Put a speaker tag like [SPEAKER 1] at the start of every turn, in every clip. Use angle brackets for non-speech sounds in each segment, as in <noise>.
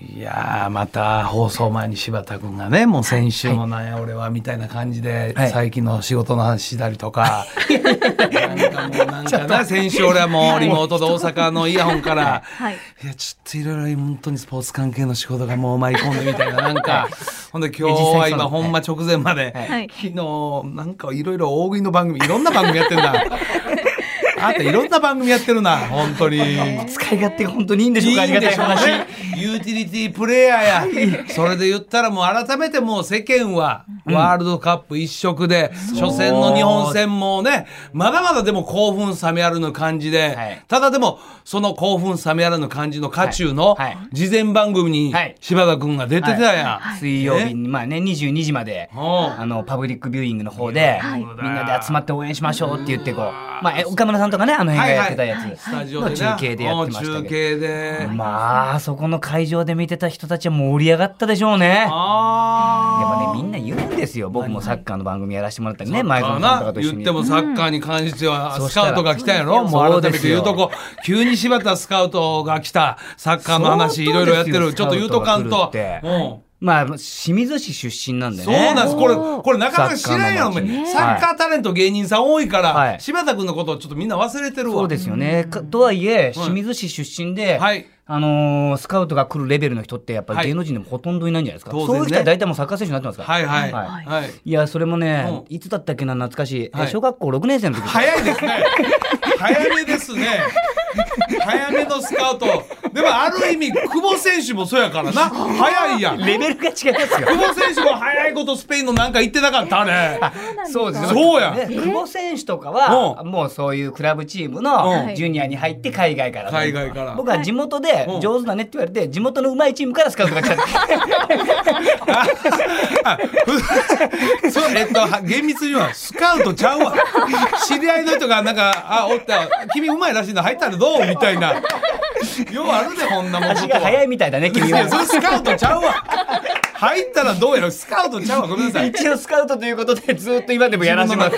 [SPEAKER 1] いやーまた放送前に柴田君がねもう先週もなんや俺はみたいな感じで
[SPEAKER 2] はい
[SPEAKER 1] 最近の仕事の話したりとか、なんかもうなんかな先週俺はもうリモートで大阪のイヤホンから、
[SPEAKER 3] はい
[SPEAKER 1] いやちょっといろいろ本当にスポーツ関係の仕事がもう舞い込んでみたいななんかほんで今日
[SPEAKER 2] 実際そう
[SPEAKER 1] は
[SPEAKER 2] です
[SPEAKER 1] 今
[SPEAKER 2] はい
[SPEAKER 1] 本間直前まで、
[SPEAKER 3] はい
[SPEAKER 1] 昨日なんかいろいろ大食いの番組いろんな番組やってるなあんたいろんな番組やってるな本当に。
[SPEAKER 2] 使い勝手が本当にいいんでしょうか
[SPEAKER 1] いいんでしょう
[SPEAKER 2] ありがたい話
[SPEAKER 1] ね。ユーティリティプレイヤーや。それで言ったらもう改めてもう世間はワールドカップ一色で、初戦の日本戦もね、まだまだでも興奮冷めやるの感じで、
[SPEAKER 2] はい
[SPEAKER 1] ただでもその興奮冷めやるの感じの渦中の
[SPEAKER 2] はいはい
[SPEAKER 1] 事前番組に
[SPEAKER 2] はい
[SPEAKER 1] 柴田君が出てたやん。
[SPEAKER 2] 水曜日にまあね22時まで
[SPEAKER 1] おう
[SPEAKER 2] あのパブリックビューイングの方で
[SPEAKER 3] はい
[SPEAKER 2] みんなで集まって応援しましょうって言ってこうまあえ岡村さんとかねあの辺がやってたや
[SPEAKER 1] スタ
[SPEAKER 2] つ
[SPEAKER 1] ジオで
[SPEAKER 2] の
[SPEAKER 1] な
[SPEAKER 2] 中継でやってまし
[SPEAKER 1] お
[SPEAKER 2] た
[SPEAKER 1] う中
[SPEAKER 2] け
[SPEAKER 1] 継で
[SPEAKER 2] ど。まあそこの会場で見てた人たちは盛り上がったでしょうね。で
[SPEAKER 1] あ
[SPEAKER 2] もねみんな言うんですよ僕もサッカーの番組やらせてもらったりね前
[SPEAKER 1] あ
[SPEAKER 2] 園さん
[SPEAKER 1] な
[SPEAKER 2] とかと一緒
[SPEAKER 1] 言っ
[SPEAKER 2] に
[SPEAKER 1] てもサッカーに関しては
[SPEAKER 2] そう
[SPEAKER 1] ス
[SPEAKER 2] したら
[SPEAKER 1] カウトが来たんやろも
[SPEAKER 2] そううで
[SPEAKER 1] 改め
[SPEAKER 2] す
[SPEAKER 1] て言
[SPEAKER 2] よ
[SPEAKER 1] うとこ急に柴田スカウトが来たサッカーの話い
[SPEAKER 2] 相
[SPEAKER 1] ろ
[SPEAKER 2] 当
[SPEAKER 1] い
[SPEAKER 2] です
[SPEAKER 1] ろ
[SPEAKER 2] よ
[SPEAKER 1] やってるちょっと言うとかん
[SPEAKER 2] スカ
[SPEAKER 1] と
[SPEAKER 2] ウトが来るって
[SPEAKER 1] うん
[SPEAKER 2] まあ清水市出身なんでね
[SPEAKER 1] そうなんです
[SPEAKER 3] おー
[SPEAKER 1] これこれなかなか知らんやろお
[SPEAKER 2] サッカーの街
[SPEAKER 1] 前
[SPEAKER 2] ね
[SPEAKER 1] サッカータレント芸人さん多いか
[SPEAKER 2] は
[SPEAKER 1] ら
[SPEAKER 2] い
[SPEAKER 1] 柴田君のことをちょっとみんな忘れてるわ
[SPEAKER 2] そうですよね。かとはいえ、清水市出身で、
[SPEAKER 1] はい
[SPEAKER 2] あのースカウトが来るレベルの人って、やっぱ
[SPEAKER 1] は
[SPEAKER 2] り
[SPEAKER 1] い
[SPEAKER 2] 芸能人でもほとんどいないんじゃないですか。
[SPEAKER 1] 当然ね
[SPEAKER 2] そういう人は大体もうサッカー選手になってますから。
[SPEAKER 1] はいはい
[SPEAKER 2] はい
[SPEAKER 1] はい
[SPEAKER 2] いや、それもね、
[SPEAKER 1] う
[SPEAKER 2] いつだったっけな、懐かしい。え
[SPEAKER 1] はい
[SPEAKER 2] 小学校6年生の時。
[SPEAKER 1] 早いですね早めですね早めのスカウトでもある意味久保選手もそうやからな早いやん
[SPEAKER 2] レベルが違いますよ
[SPEAKER 1] 久。保選手も早いことスペインのなんか言ってなかったね。
[SPEAKER 2] そうですね
[SPEAKER 1] そうやん
[SPEAKER 2] ね久保選手とかは、
[SPEAKER 1] う
[SPEAKER 2] もうそういうクラブチーム
[SPEAKER 1] う
[SPEAKER 2] の
[SPEAKER 3] ん
[SPEAKER 2] ジュニアに入って海外から。
[SPEAKER 1] 海外から
[SPEAKER 2] 僕は地元で
[SPEAKER 1] うん
[SPEAKER 2] 上手だねって言われて、地元のうまいチームからスカウトが来た。
[SPEAKER 1] <laughs> <laughs> そうえっとは厳密にはスカウトちゃうわ。知り合いの人がなんかあおった君うまいらしいの入ったらどうみたいな。ようあるでこんなもんことは。
[SPEAKER 2] 足が速いみたいだね、君
[SPEAKER 1] いやそ
[SPEAKER 2] は。
[SPEAKER 1] れスカウトちゃうわ。入ったらどうやろスカウトちゃうわごめんなさい。
[SPEAKER 2] 一応スカウトということで、ずっと今でもやらせま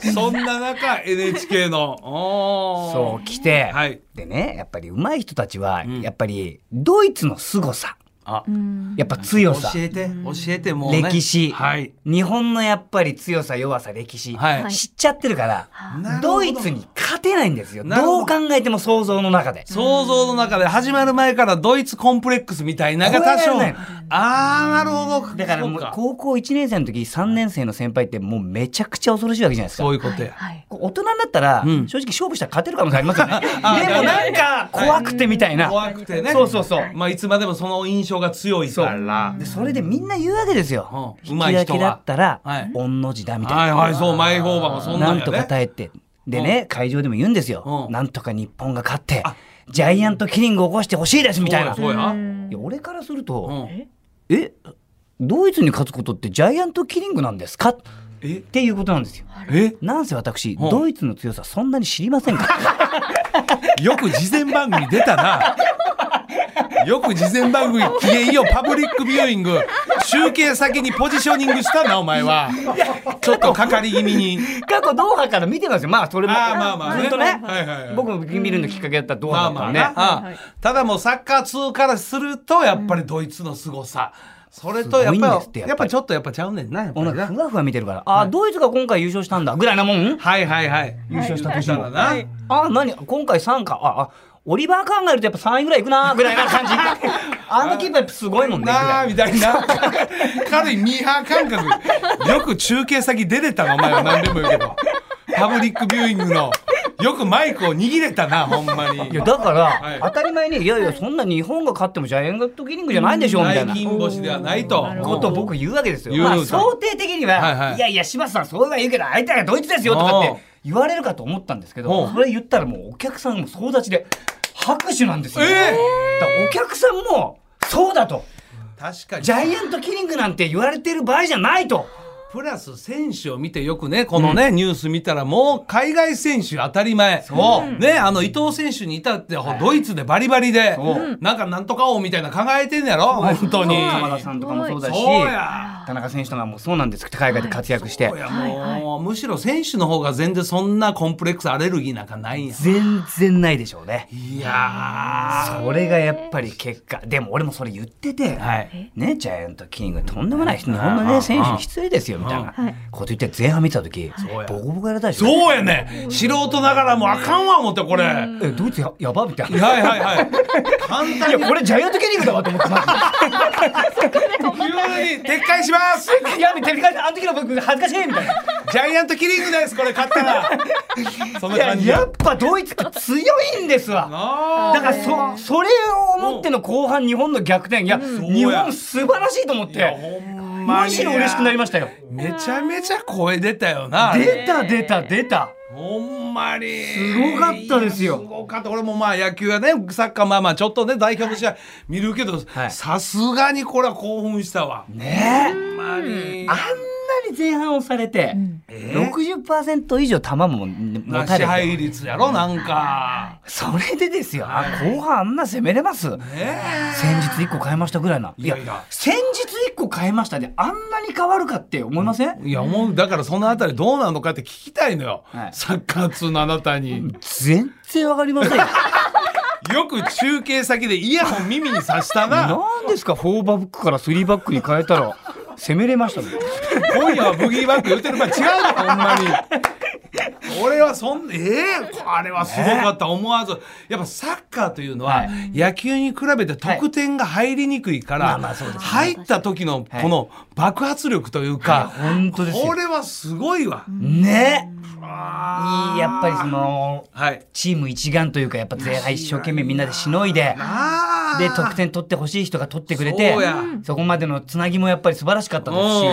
[SPEAKER 2] す。
[SPEAKER 1] そんな中 NHK の
[SPEAKER 2] そ
[SPEAKER 1] そう
[SPEAKER 2] 来て、
[SPEAKER 1] はい
[SPEAKER 2] でねやっぱり上手い人たちは、やっぱりドイツの凄さ
[SPEAKER 1] あ
[SPEAKER 3] うん
[SPEAKER 2] やっぱ強
[SPEAKER 1] 教
[SPEAKER 2] さ、
[SPEAKER 1] えて教えてもうね
[SPEAKER 2] 歴史、
[SPEAKER 1] はい
[SPEAKER 2] 日本のやっぱり強さ弱さ歴史、
[SPEAKER 1] はい
[SPEAKER 2] 知っちゃってるから、
[SPEAKER 1] なるほど
[SPEAKER 2] ドイツに勝てないんですよ
[SPEAKER 1] なるほど
[SPEAKER 2] どう考えても想像の中で。
[SPEAKER 1] 想像の中で始まる前からドイツコンプレックスみたいなのが多
[SPEAKER 2] 超
[SPEAKER 1] 少
[SPEAKER 2] えられない
[SPEAKER 1] あーなるほど
[SPEAKER 2] だからも
[SPEAKER 1] そう
[SPEAKER 2] 高校1年生の時3年生の先輩ってもうめちゃくちゃ恐ろしいわけじゃないですか。
[SPEAKER 1] そういうことや、
[SPEAKER 3] はい
[SPEAKER 2] こう大人になったら、
[SPEAKER 1] うん
[SPEAKER 2] 正直勝負したら勝てる可能性ありますよね。
[SPEAKER 1] <laughs> あ
[SPEAKER 2] でもなんか怖くてみたいな。
[SPEAKER 1] 怖くてね
[SPEAKER 2] そうそうそう
[SPEAKER 1] まあいつまでもその印象が強いから
[SPEAKER 2] でそれでみんな言うわけですよ。
[SPEAKER 1] うん
[SPEAKER 2] 引き分けだったら
[SPEAKER 1] はい、
[SPEAKER 2] 御の字だみたいな。
[SPEAKER 1] はいはいそう前評判はそんな
[SPEAKER 2] なんん
[SPEAKER 1] や
[SPEAKER 2] と
[SPEAKER 1] ね
[SPEAKER 2] か耐えて。でね、会場でも言うんですよ
[SPEAKER 1] う。ん
[SPEAKER 2] なんとか日本が勝って、ジャイアントキリングを起こしてほしいですみたいな。
[SPEAKER 1] そうやそうや
[SPEAKER 2] いや俺からする
[SPEAKER 1] うん
[SPEAKER 2] と、えドイツに勝つことってジャイアントキリングなんですかっ
[SPEAKER 1] え
[SPEAKER 2] ていうことなんですよ。
[SPEAKER 1] え
[SPEAKER 2] なんせ私、
[SPEAKER 1] うん
[SPEAKER 2] ドイツの強さそんなに知りませんから。
[SPEAKER 1] よく事前番組出たな <laughs> よく事前番組機嫌よパブリックビューイング集計先にポジショニングしたなお前はちょっとかかり気味に
[SPEAKER 2] 過去ドーハから見てますよ。まあそれも。
[SPEAKER 1] あーまあまあね
[SPEAKER 2] ずっとね
[SPEAKER 1] はいはいはい。
[SPEAKER 2] 僕も見るのきっかけだったらド
[SPEAKER 1] まあ
[SPEAKER 2] ーハだっ
[SPEAKER 1] ま
[SPEAKER 2] た
[SPEAKER 1] あ
[SPEAKER 2] ん
[SPEAKER 1] ね、
[SPEAKER 2] で。
[SPEAKER 3] はいはい
[SPEAKER 1] ただもうサッカー通からするとやっぱりドイツの凄さそれとやっ
[SPEAKER 2] すごいん
[SPEAKER 1] ぱ
[SPEAKER 2] ですって
[SPEAKER 1] り
[SPEAKER 2] やっぱ
[SPEAKER 1] やっぱ
[SPEAKER 2] り
[SPEAKER 1] ちょっとやっぱちゃうねんなやっぱ
[SPEAKER 2] お
[SPEAKER 1] りな
[SPEAKER 2] なふわふわ見てるから、あー、ドイツが今回優勝したんだぐらいなもん。
[SPEAKER 1] はいはいはい
[SPEAKER 2] 優勝した年
[SPEAKER 1] だ
[SPEAKER 2] も
[SPEAKER 1] からな、
[SPEAKER 2] あー、何、今回三か、あ、あ、オリバー考えるとやっぱ三位ぐらいいくなぐらいな <laughs> 感じ。あのキーパーやっぱすごいもんね。ぐ
[SPEAKER 1] なあ
[SPEAKER 2] らい
[SPEAKER 1] みたいな軽いミーハー感覚よく中継先出れたなお前は何でも言うけどパブリックビューイングのよくマイクを握れたなほんまに
[SPEAKER 2] いやだから、
[SPEAKER 1] はい
[SPEAKER 2] 当たり前にいやいやそんな日本が勝ってもジャイアントキリングじゃないんでしょみたい
[SPEAKER 1] 大
[SPEAKER 2] な
[SPEAKER 1] 金星ではないと
[SPEAKER 2] ことを僕言うわけですよ。
[SPEAKER 1] 言う
[SPEAKER 2] まあ想定的には、
[SPEAKER 1] はい
[SPEAKER 2] い
[SPEAKER 1] はい
[SPEAKER 2] やいや柴田さんそうは言うけど相手がドイツですよとかって言われるかと思ったんですけ
[SPEAKER 1] お
[SPEAKER 2] ど
[SPEAKER 1] う
[SPEAKER 2] それ言ったらもうお客さんも総立ちで拍手なんですよ。
[SPEAKER 1] ええ
[SPEAKER 2] だからお客さんもそうだと。
[SPEAKER 1] 確かに
[SPEAKER 2] ジャイアントキリングなんて言われてる場合じゃないと。
[SPEAKER 1] プラス選手を見てよくね、このね、ニュース見たらもう海外選手当たり前。ね、あの伊藤選手に至ってほドイツでバリバリで、なんかなんとか王みたいな考えてんやろ、本当に。
[SPEAKER 2] 鎌田さんとかもそうだし
[SPEAKER 1] そうや。
[SPEAKER 2] 田中選手とかもそうなんですけど海外で活躍して
[SPEAKER 1] そうやもう、むしろ選手の方が全然そんなコンプレックスアレルギーなんかないんや。
[SPEAKER 2] 全然ないでしょうね
[SPEAKER 1] いや
[SPEAKER 2] それがやっぱり結果でも俺もそれ言ってて、
[SPEAKER 1] はい
[SPEAKER 2] ねジャイアントキリングとんでもない日本の、ね、選手に失礼ですよみたいなこと言って前半見てた時
[SPEAKER 1] や
[SPEAKER 2] ボコボコやられたで
[SPEAKER 1] ー
[SPEAKER 2] しょ
[SPEAKER 1] そうやね。素人ながらもあかんわ思ってこれ。はい
[SPEAKER 2] えドイツややばみたいな。
[SPEAKER 1] <laughs> はいはい。簡
[SPEAKER 2] い
[SPEAKER 1] 単
[SPEAKER 2] や
[SPEAKER 1] に
[SPEAKER 2] これジャイアントキリングだわと思ってま
[SPEAKER 1] 急に撤回します。
[SPEAKER 2] すやべてめえあの時の僕恥ずかしいみたいな
[SPEAKER 1] ジャイアントキリングです、これ買ったら。 <laughs> そんない
[SPEAKER 2] や
[SPEAKER 1] 感じ。
[SPEAKER 2] やっぱドイツって強いんですわ
[SPEAKER 1] あ
[SPEAKER 2] だからそそれを思っての後半日本の逆転いや
[SPEAKER 1] ん
[SPEAKER 2] 日本素晴らしいと思っ
[SPEAKER 1] ーいや
[SPEAKER 2] て
[SPEAKER 1] ほんまに
[SPEAKER 2] むしろ嬉しくなりましたよ
[SPEAKER 1] めちゃめちゃ声出たよな。
[SPEAKER 2] 出た出た出た
[SPEAKER 1] ほんまに。
[SPEAKER 2] すごかったです
[SPEAKER 1] い
[SPEAKER 2] よ
[SPEAKER 1] やすごかった。俺もまあ野球はね、サッカーまあまあちょっとね、代表の試合見るけど
[SPEAKER 2] は、い
[SPEAKER 1] さすがにこれは興奮したわ。
[SPEAKER 2] ねえ
[SPEAKER 1] ほんまに。
[SPEAKER 2] あんなに前半をされて、60%以上球
[SPEAKER 1] ま
[SPEAKER 2] も持
[SPEAKER 1] あ
[SPEAKER 2] た
[SPEAKER 1] 支
[SPEAKER 2] れて
[SPEAKER 1] 配率やろ、なんか。
[SPEAKER 2] それでですよ、あ後半あんな攻めれます、
[SPEAKER 1] ね
[SPEAKER 2] 先日1個変えましたぐらいない
[SPEAKER 1] やいや
[SPEAKER 2] 先日1個変えましたであんなに変わるかって思いません、
[SPEAKER 1] えいや、もう、だからそのあたりどうなのかって聞きたいのよ
[SPEAKER 2] は。い
[SPEAKER 1] サッカー通のあなたに。
[SPEAKER 2] 全然わかりま <laughs> せんよ
[SPEAKER 1] よく中継先でイヤホン耳にさした
[SPEAKER 2] <laughs>
[SPEAKER 1] な。
[SPEAKER 2] 何ですか4バックから3バックに変えたら攻めれましたね
[SPEAKER 1] 今夜はブギーバック言ってる場合違うわ、ほんまに。 <laughs> 俺はそん、ええあれはすごかった、思わず。やっぱサッカーというのは、
[SPEAKER 2] は
[SPEAKER 1] 野球に比べて得点が入りにくいから、
[SPEAKER 2] はいまあまあそうですね
[SPEAKER 1] 入った時のこの爆発力というか、
[SPEAKER 2] 本当です
[SPEAKER 1] こ
[SPEAKER 2] よ
[SPEAKER 1] れはすごいわ。
[SPEAKER 2] ね
[SPEAKER 1] あ
[SPEAKER 2] い
[SPEAKER 1] ー
[SPEAKER 2] いやっぱりそ。の
[SPEAKER 1] はい。
[SPEAKER 2] チーム一丸というかやっぱ前半一生懸命みんなでしのいで
[SPEAKER 1] あー
[SPEAKER 2] で得点取ってほしい人が取ってくれて
[SPEAKER 1] そうや
[SPEAKER 2] そこまでのつなぎもやっぱり素晴らしかったですし
[SPEAKER 1] う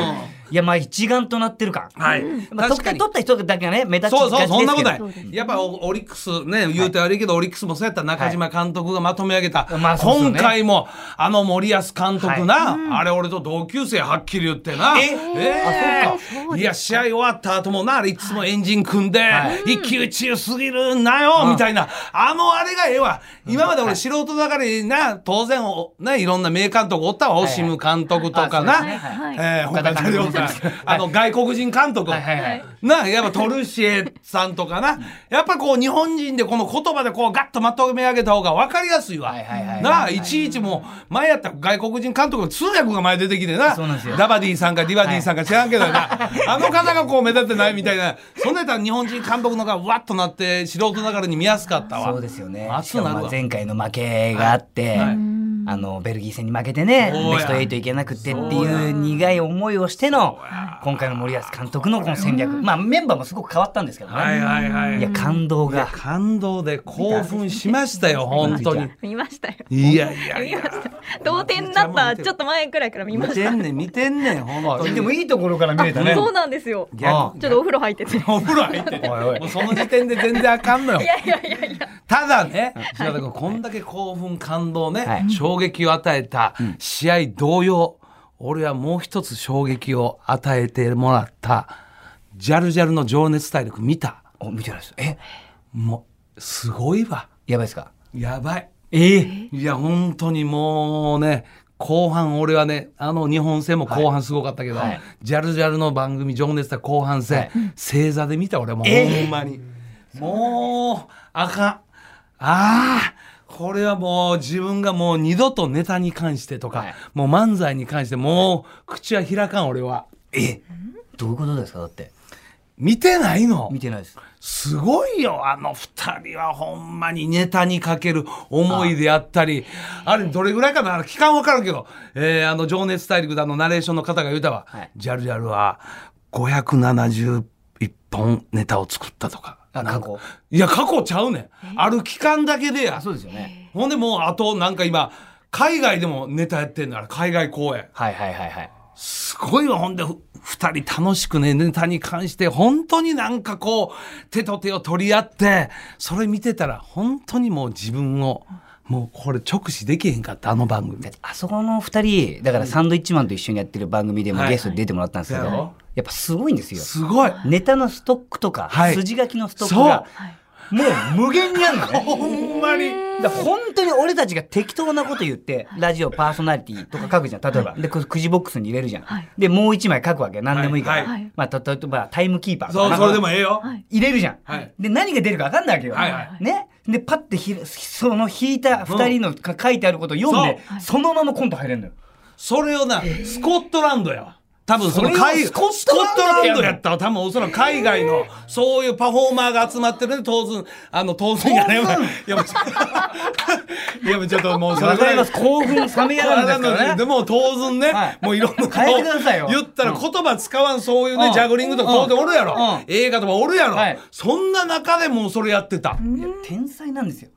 [SPEAKER 2] いやまあ一丸となってるか、
[SPEAKER 1] はい。
[SPEAKER 2] まあ、
[SPEAKER 1] 確
[SPEAKER 2] 得
[SPEAKER 1] か
[SPEAKER 2] 点
[SPEAKER 1] に
[SPEAKER 2] 取った人だけがね目立ちが
[SPEAKER 1] そう
[SPEAKER 2] ちで
[SPEAKER 1] そう、
[SPEAKER 2] すけど
[SPEAKER 1] そんなことない
[SPEAKER 2] い。
[SPEAKER 1] やっぱおオリックスね、言うて悪いけど、オリックスもそうやった中島監督がまとめ上げた。
[SPEAKER 2] まあそうですよ
[SPEAKER 1] 今
[SPEAKER 2] ね
[SPEAKER 1] 回も、あの森保監督な、あれ俺と同級生はっきり言ってな。
[SPEAKER 2] え
[SPEAKER 1] え
[SPEAKER 2] あ
[SPEAKER 1] えいや、試合終わった後もな、あれいつもエンジン組んで
[SPEAKER 2] は、
[SPEAKER 1] 一騎打ちよすぎるんなよ、みたいな。あのあれがええわ。今まで俺素人だからな、当然、おね、いろんな名監督おったわ、オシム監督とか
[SPEAKER 2] あ
[SPEAKER 1] な
[SPEAKER 2] そうですねはい。
[SPEAKER 1] えー
[SPEAKER 2] 岡田監督もそうです
[SPEAKER 1] あの外国人監督、
[SPEAKER 2] はいはいはい
[SPEAKER 1] なやっぱトルシエさんとかなやっぱこう日本人でこの言葉でこうガッとまとめ上げた方が分かりやすいわ、
[SPEAKER 2] はいはいはい
[SPEAKER 1] なあいちいちもう前やったら外国人監督の通訳が前出てきてな
[SPEAKER 2] そうなんですよ
[SPEAKER 1] ダバディさんかディバディさんか知らんけどな、あの方がこう目立ってないみたいなそんなんやったら日本人監督の方がわっとなって素人ながらに見やすかったわ
[SPEAKER 2] そうですよねし
[SPEAKER 1] 熱く
[SPEAKER 2] かも
[SPEAKER 1] なる
[SPEAKER 2] まあ
[SPEAKER 1] わ
[SPEAKER 2] 前回の負けがあって、
[SPEAKER 1] はい
[SPEAKER 2] あのベルギー戦に負けてね
[SPEAKER 1] そうや
[SPEAKER 2] ベスト8いけなくってっていう苦い思いをしての今回の森保監督のこの戦略まあメンバーもすごく変わったんですけどね、
[SPEAKER 1] はいはいはい
[SPEAKER 2] いや感動
[SPEAKER 1] いや
[SPEAKER 2] が
[SPEAKER 1] 感動で興奮しましたよ本当に
[SPEAKER 3] 見ましたよ。
[SPEAKER 1] いやいやい
[SPEAKER 3] 見ま
[SPEAKER 1] や
[SPEAKER 3] した。同点になったちょっと前くらいから見ま
[SPEAKER 1] 見
[SPEAKER 3] してた。
[SPEAKER 1] んねん見てんねんほんとに
[SPEAKER 2] でもいいところから見れたね
[SPEAKER 3] そうなんですよ。ち
[SPEAKER 1] 逆
[SPEAKER 3] ょっとお風呂入ってて。い
[SPEAKER 1] お風呂入ってて
[SPEAKER 2] おいおい
[SPEAKER 1] もうその時点で全然あかんのよ
[SPEAKER 3] やいやいやいや。
[SPEAKER 1] ただね白田君こんだけ興奮感動ね、
[SPEAKER 2] はい
[SPEAKER 1] 衝撃を与えた試合同様、俺はもう一つ衝撃を与えてもらったジャルジャルの情熱大陸見た
[SPEAKER 2] お見てないですえ
[SPEAKER 1] もうすごいわ
[SPEAKER 2] やばいですか
[SPEAKER 1] やばい
[SPEAKER 2] ええ
[SPEAKER 1] いや本当にもうね後半俺はねあの日本戦も後半すごかったけど、
[SPEAKER 2] はいはい
[SPEAKER 1] ジャルジャルの番組「情熱」た後半戦、正座で見た俺もう
[SPEAKER 2] え
[SPEAKER 1] ほんまに、もうあかんあーこれはもう自分がもう二度とネタに関してとか、
[SPEAKER 2] はい
[SPEAKER 1] もう漫才に関してもう口は開かん俺は
[SPEAKER 2] えどういうことですかだって
[SPEAKER 1] 見てないの
[SPEAKER 2] 見てないです
[SPEAKER 1] すごいよ、あの二人はほんまにネタにかける思いであったり、あれどれぐらいかな、あの期間わからんけど、えーあの情熱大陸であのナレーションの方が言うたわ、
[SPEAKER 2] はい
[SPEAKER 1] ジャルジャルは571本ネタを作ったとか。
[SPEAKER 2] あ
[SPEAKER 1] なんか
[SPEAKER 2] 過去
[SPEAKER 1] いや、過去ちゃうねん。ある期間だけでや
[SPEAKER 2] あ。そうですよね
[SPEAKER 1] ほんでもう、あとなんか今、海外でもネタやってんだから、海外公演。
[SPEAKER 2] はいはいはいはい
[SPEAKER 1] すごいわ、ほんで、ふ二人楽しくね、ネタに関して、本当になんかこう、手と手を取り合って、それ見てたら、本当にもう自分を、もうこれ直視できへんかった、あの番組。
[SPEAKER 2] あそこの2人だからサンドイッチマンと一緒にやってる番組でも
[SPEAKER 1] はい
[SPEAKER 2] ゲストで出てもらったんですけど、
[SPEAKER 1] そうやろ
[SPEAKER 2] やっぱすごいんですよ。
[SPEAKER 1] すごい。
[SPEAKER 2] ネタのストックとか、
[SPEAKER 1] はい
[SPEAKER 2] 筋書きのストックがもう無限にあるのね。
[SPEAKER 1] ほんまに。
[SPEAKER 2] だから本当に俺たちが適当なこと言ってラジオパーソナリティとか書くじゃん例えば、でくくじボックスに入れるじゃん、
[SPEAKER 3] はい
[SPEAKER 2] でもう一枚書くわけ何でもいいから、
[SPEAKER 1] はい
[SPEAKER 3] はい
[SPEAKER 2] まあ、た例えばタイムキーパーとか
[SPEAKER 1] そう、
[SPEAKER 2] な
[SPEAKER 1] それでもええよ。
[SPEAKER 3] はい
[SPEAKER 2] 入れるじゃん、
[SPEAKER 1] はい
[SPEAKER 2] で何が出るか分かんないわけよ、
[SPEAKER 1] はいは
[SPEAKER 2] ねでパッてひその引いた2人のか書いてあることを読んで、
[SPEAKER 3] そう
[SPEAKER 2] そのままコント入れるのよ
[SPEAKER 1] それをな、スコットランドやわ。多分その
[SPEAKER 2] それを
[SPEAKER 1] 海
[SPEAKER 2] スコットランド
[SPEAKER 1] スコット
[SPEAKER 2] で
[SPEAKER 1] ラ
[SPEAKER 2] やるの
[SPEAKER 1] ンドやったわ。多分おそらく海外の、そういうパフォーマーが集まってるね、当然、あの、当然や <laughs> ね。いや、もうちょっといや、もうちょっともうそれ
[SPEAKER 2] わ
[SPEAKER 1] ぐ
[SPEAKER 2] からり
[SPEAKER 1] い
[SPEAKER 2] ま。す興奮冷めやらんですからね
[SPEAKER 1] でも当然ね、
[SPEAKER 2] はい
[SPEAKER 1] もういろんなこと
[SPEAKER 2] 変えてくださいよ
[SPEAKER 1] 言ったら
[SPEAKER 2] うん
[SPEAKER 1] 言葉使わんそういうね、
[SPEAKER 2] うん
[SPEAKER 1] ジャグリングとか当然おるやろ、
[SPEAKER 2] うん
[SPEAKER 1] 映画とかおるやろ、
[SPEAKER 2] はい
[SPEAKER 1] そんな中でもうそれやってた、
[SPEAKER 2] いや天才なんですよ、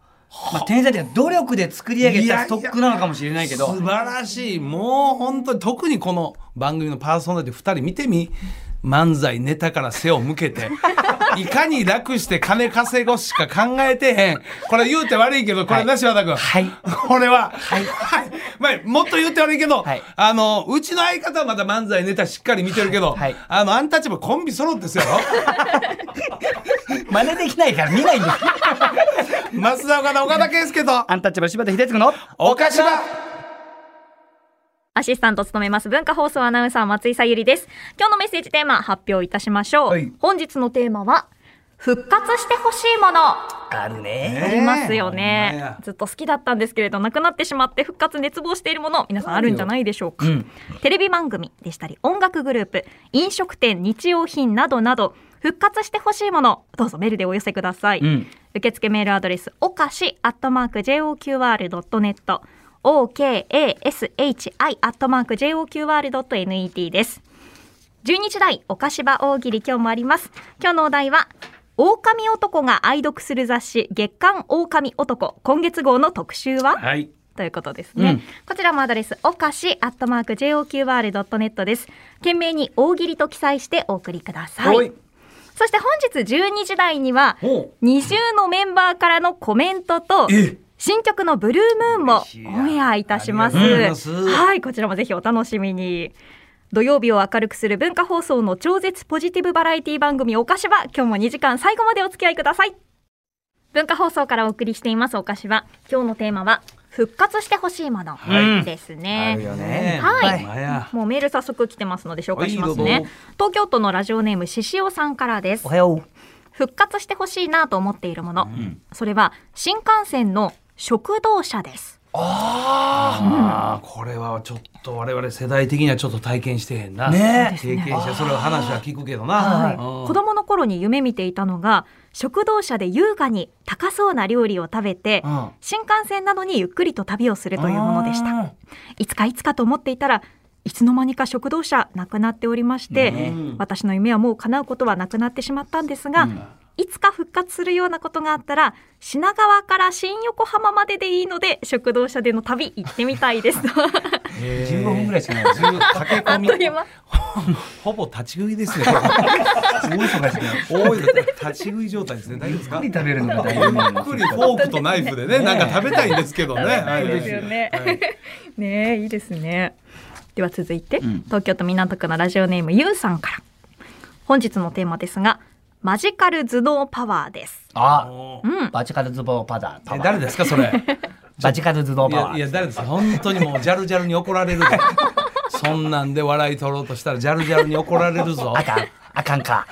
[SPEAKER 2] まあ、天才っていうか努力で作り上げたストックなのかもしれないけど
[SPEAKER 1] 素晴らしいもう本当に特にこの番組のパーソナリティ2人見てみ漫才ネタから背を向け
[SPEAKER 2] <laughs>
[SPEAKER 1] ていかに楽して金稼ごしか考えてへんこれ言うて悪いけどこれなし和田君
[SPEAKER 2] はい
[SPEAKER 1] <laughs> これは、はい、まあ、もっと言って悪いけど、
[SPEAKER 2] はい
[SPEAKER 1] あの、うちの相方はまだ漫才ネタしっかり見てるけど、
[SPEAKER 2] はい
[SPEAKER 1] あの、あんたちもコンビ揃ってす
[SPEAKER 2] <laughs>
[SPEAKER 1] よ。
[SPEAKER 2] 真似できないから見ないんです
[SPEAKER 1] 増田岡田岡田圭介と、
[SPEAKER 2] アンタッチャブル柴田秀嗣の
[SPEAKER 1] 岡島
[SPEAKER 3] アシスタントを務めます文化放送アナウンサー松井さゆりです。今日のメッセージテーマ発表いたしましょう。
[SPEAKER 2] はい
[SPEAKER 3] 本日のテーマは復活してほしいものあ
[SPEAKER 2] あるね。
[SPEAKER 1] え
[SPEAKER 3] りますよ
[SPEAKER 1] ほんま
[SPEAKER 3] ね
[SPEAKER 1] や。
[SPEAKER 3] ずっと好きだったんですけれどなくなってしまって復活熱望しているもの皆さんあるんじゃないでしょうか。
[SPEAKER 2] うん
[SPEAKER 3] テレビ番組でしたり音楽グループ飲食店日用品などなど復活してほしいものどうぞメールでお寄せください。
[SPEAKER 2] うん。
[SPEAKER 3] 受付メールアドレスおかし @joqr.net okashi @joqr.net です12時台おかしば大喜利今日もあります今日のお題は狼男が愛読する雑誌月刊狼男今月号の特集は、
[SPEAKER 1] はい。
[SPEAKER 3] ということですね、
[SPEAKER 2] うん
[SPEAKER 3] こちらもアドレスおかし @joqr.net です懸命に大喜利と記載してお送りください
[SPEAKER 2] おい。
[SPEAKER 3] そして本日12時台には
[SPEAKER 1] おう
[SPEAKER 3] 20のメンバーからのコメントと
[SPEAKER 1] え
[SPEAKER 3] 新曲のブルームーンも
[SPEAKER 1] 嬉しい
[SPEAKER 3] オンエアいたします
[SPEAKER 1] ありがとうございます
[SPEAKER 3] はいこちらもぜひお楽しみに土曜日を明るくする文化放送の超絶ポジティブバラエティ番組おかしば今日も2時間最後までお付き合いください文化放送からお送りしていますおかしば今日のテーマは復活してほしいもの
[SPEAKER 2] はい
[SPEAKER 3] ですね、
[SPEAKER 2] ね
[SPEAKER 3] はい
[SPEAKER 1] ほんまや
[SPEAKER 3] もうメール早速来てますので紹介します
[SPEAKER 1] はい
[SPEAKER 3] ね
[SPEAKER 1] どうぞ
[SPEAKER 3] 東京都のラジオネームししおさんからです
[SPEAKER 2] おはよう。
[SPEAKER 3] 復活してほしいなと思っているもの、それは新幹線の食堂車です
[SPEAKER 1] ああ、これはちょっと我々世代的にはちょっと体験してへんな。
[SPEAKER 2] ね
[SPEAKER 1] 経験者、それは話は聞くけど
[SPEAKER 2] はい
[SPEAKER 1] な。
[SPEAKER 3] 子供の頃に夢見ていたのが食堂車で優雅に高そうな料理を食べて、
[SPEAKER 1] うん
[SPEAKER 3] 新幹線などにゆっくりと旅をするというものでした
[SPEAKER 1] た。
[SPEAKER 3] いつかいつかと思っていたらいつの間にか食堂車なくなっておりまして、
[SPEAKER 1] うん
[SPEAKER 3] 私の夢はもう叶うことはなくなってしまったんですが、いつか復活するようなことがあったら品川から新横浜まででいいので食堂車での旅行ってみたいです
[SPEAKER 1] <laughs>
[SPEAKER 2] 15分ぐらいしかない。
[SPEAKER 1] 自由駆け
[SPEAKER 3] あ
[SPEAKER 1] 込
[SPEAKER 3] っ
[SPEAKER 1] み
[SPEAKER 3] という間
[SPEAKER 1] ほぼ立ち食いですね。
[SPEAKER 2] すごい忙しい。
[SPEAKER 1] 多いです立ち食い状態ですね。大丈夫ですか
[SPEAKER 2] ゆっくり食べるのが大
[SPEAKER 1] ゆ
[SPEAKER 2] 事
[SPEAKER 1] っくりフォークとナイフでね、なんか食べたいんですけどね。はい
[SPEAKER 3] ですよね
[SPEAKER 1] はい
[SPEAKER 3] ねえいいですねでは続いて、
[SPEAKER 2] ん
[SPEAKER 3] 東京都港区のラジオネームゆうさんから本日のテーマですがマジカル頭脳パワーです
[SPEAKER 2] あ、
[SPEAKER 1] お
[SPEAKER 3] う
[SPEAKER 1] ー
[SPEAKER 3] ん
[SPEAKER 2] バチカルズボーパダ
[SPEAKER 1] え誰ですかそれ。
[SPEAKER 2] バチカルズボー
[SPEAKER 1] い
[SPEAKER 2] パ
[SPEAKER 1] やい
[SPEAKER 2] ワー。
[SPEAKER 1] や誰ですか本当にもうジャルジャルに怒られるで。そんなんで笑い取ろうとしたらジャルジャルに怒られるぞ
[SPEAKER 2] あ。かん、あかんか。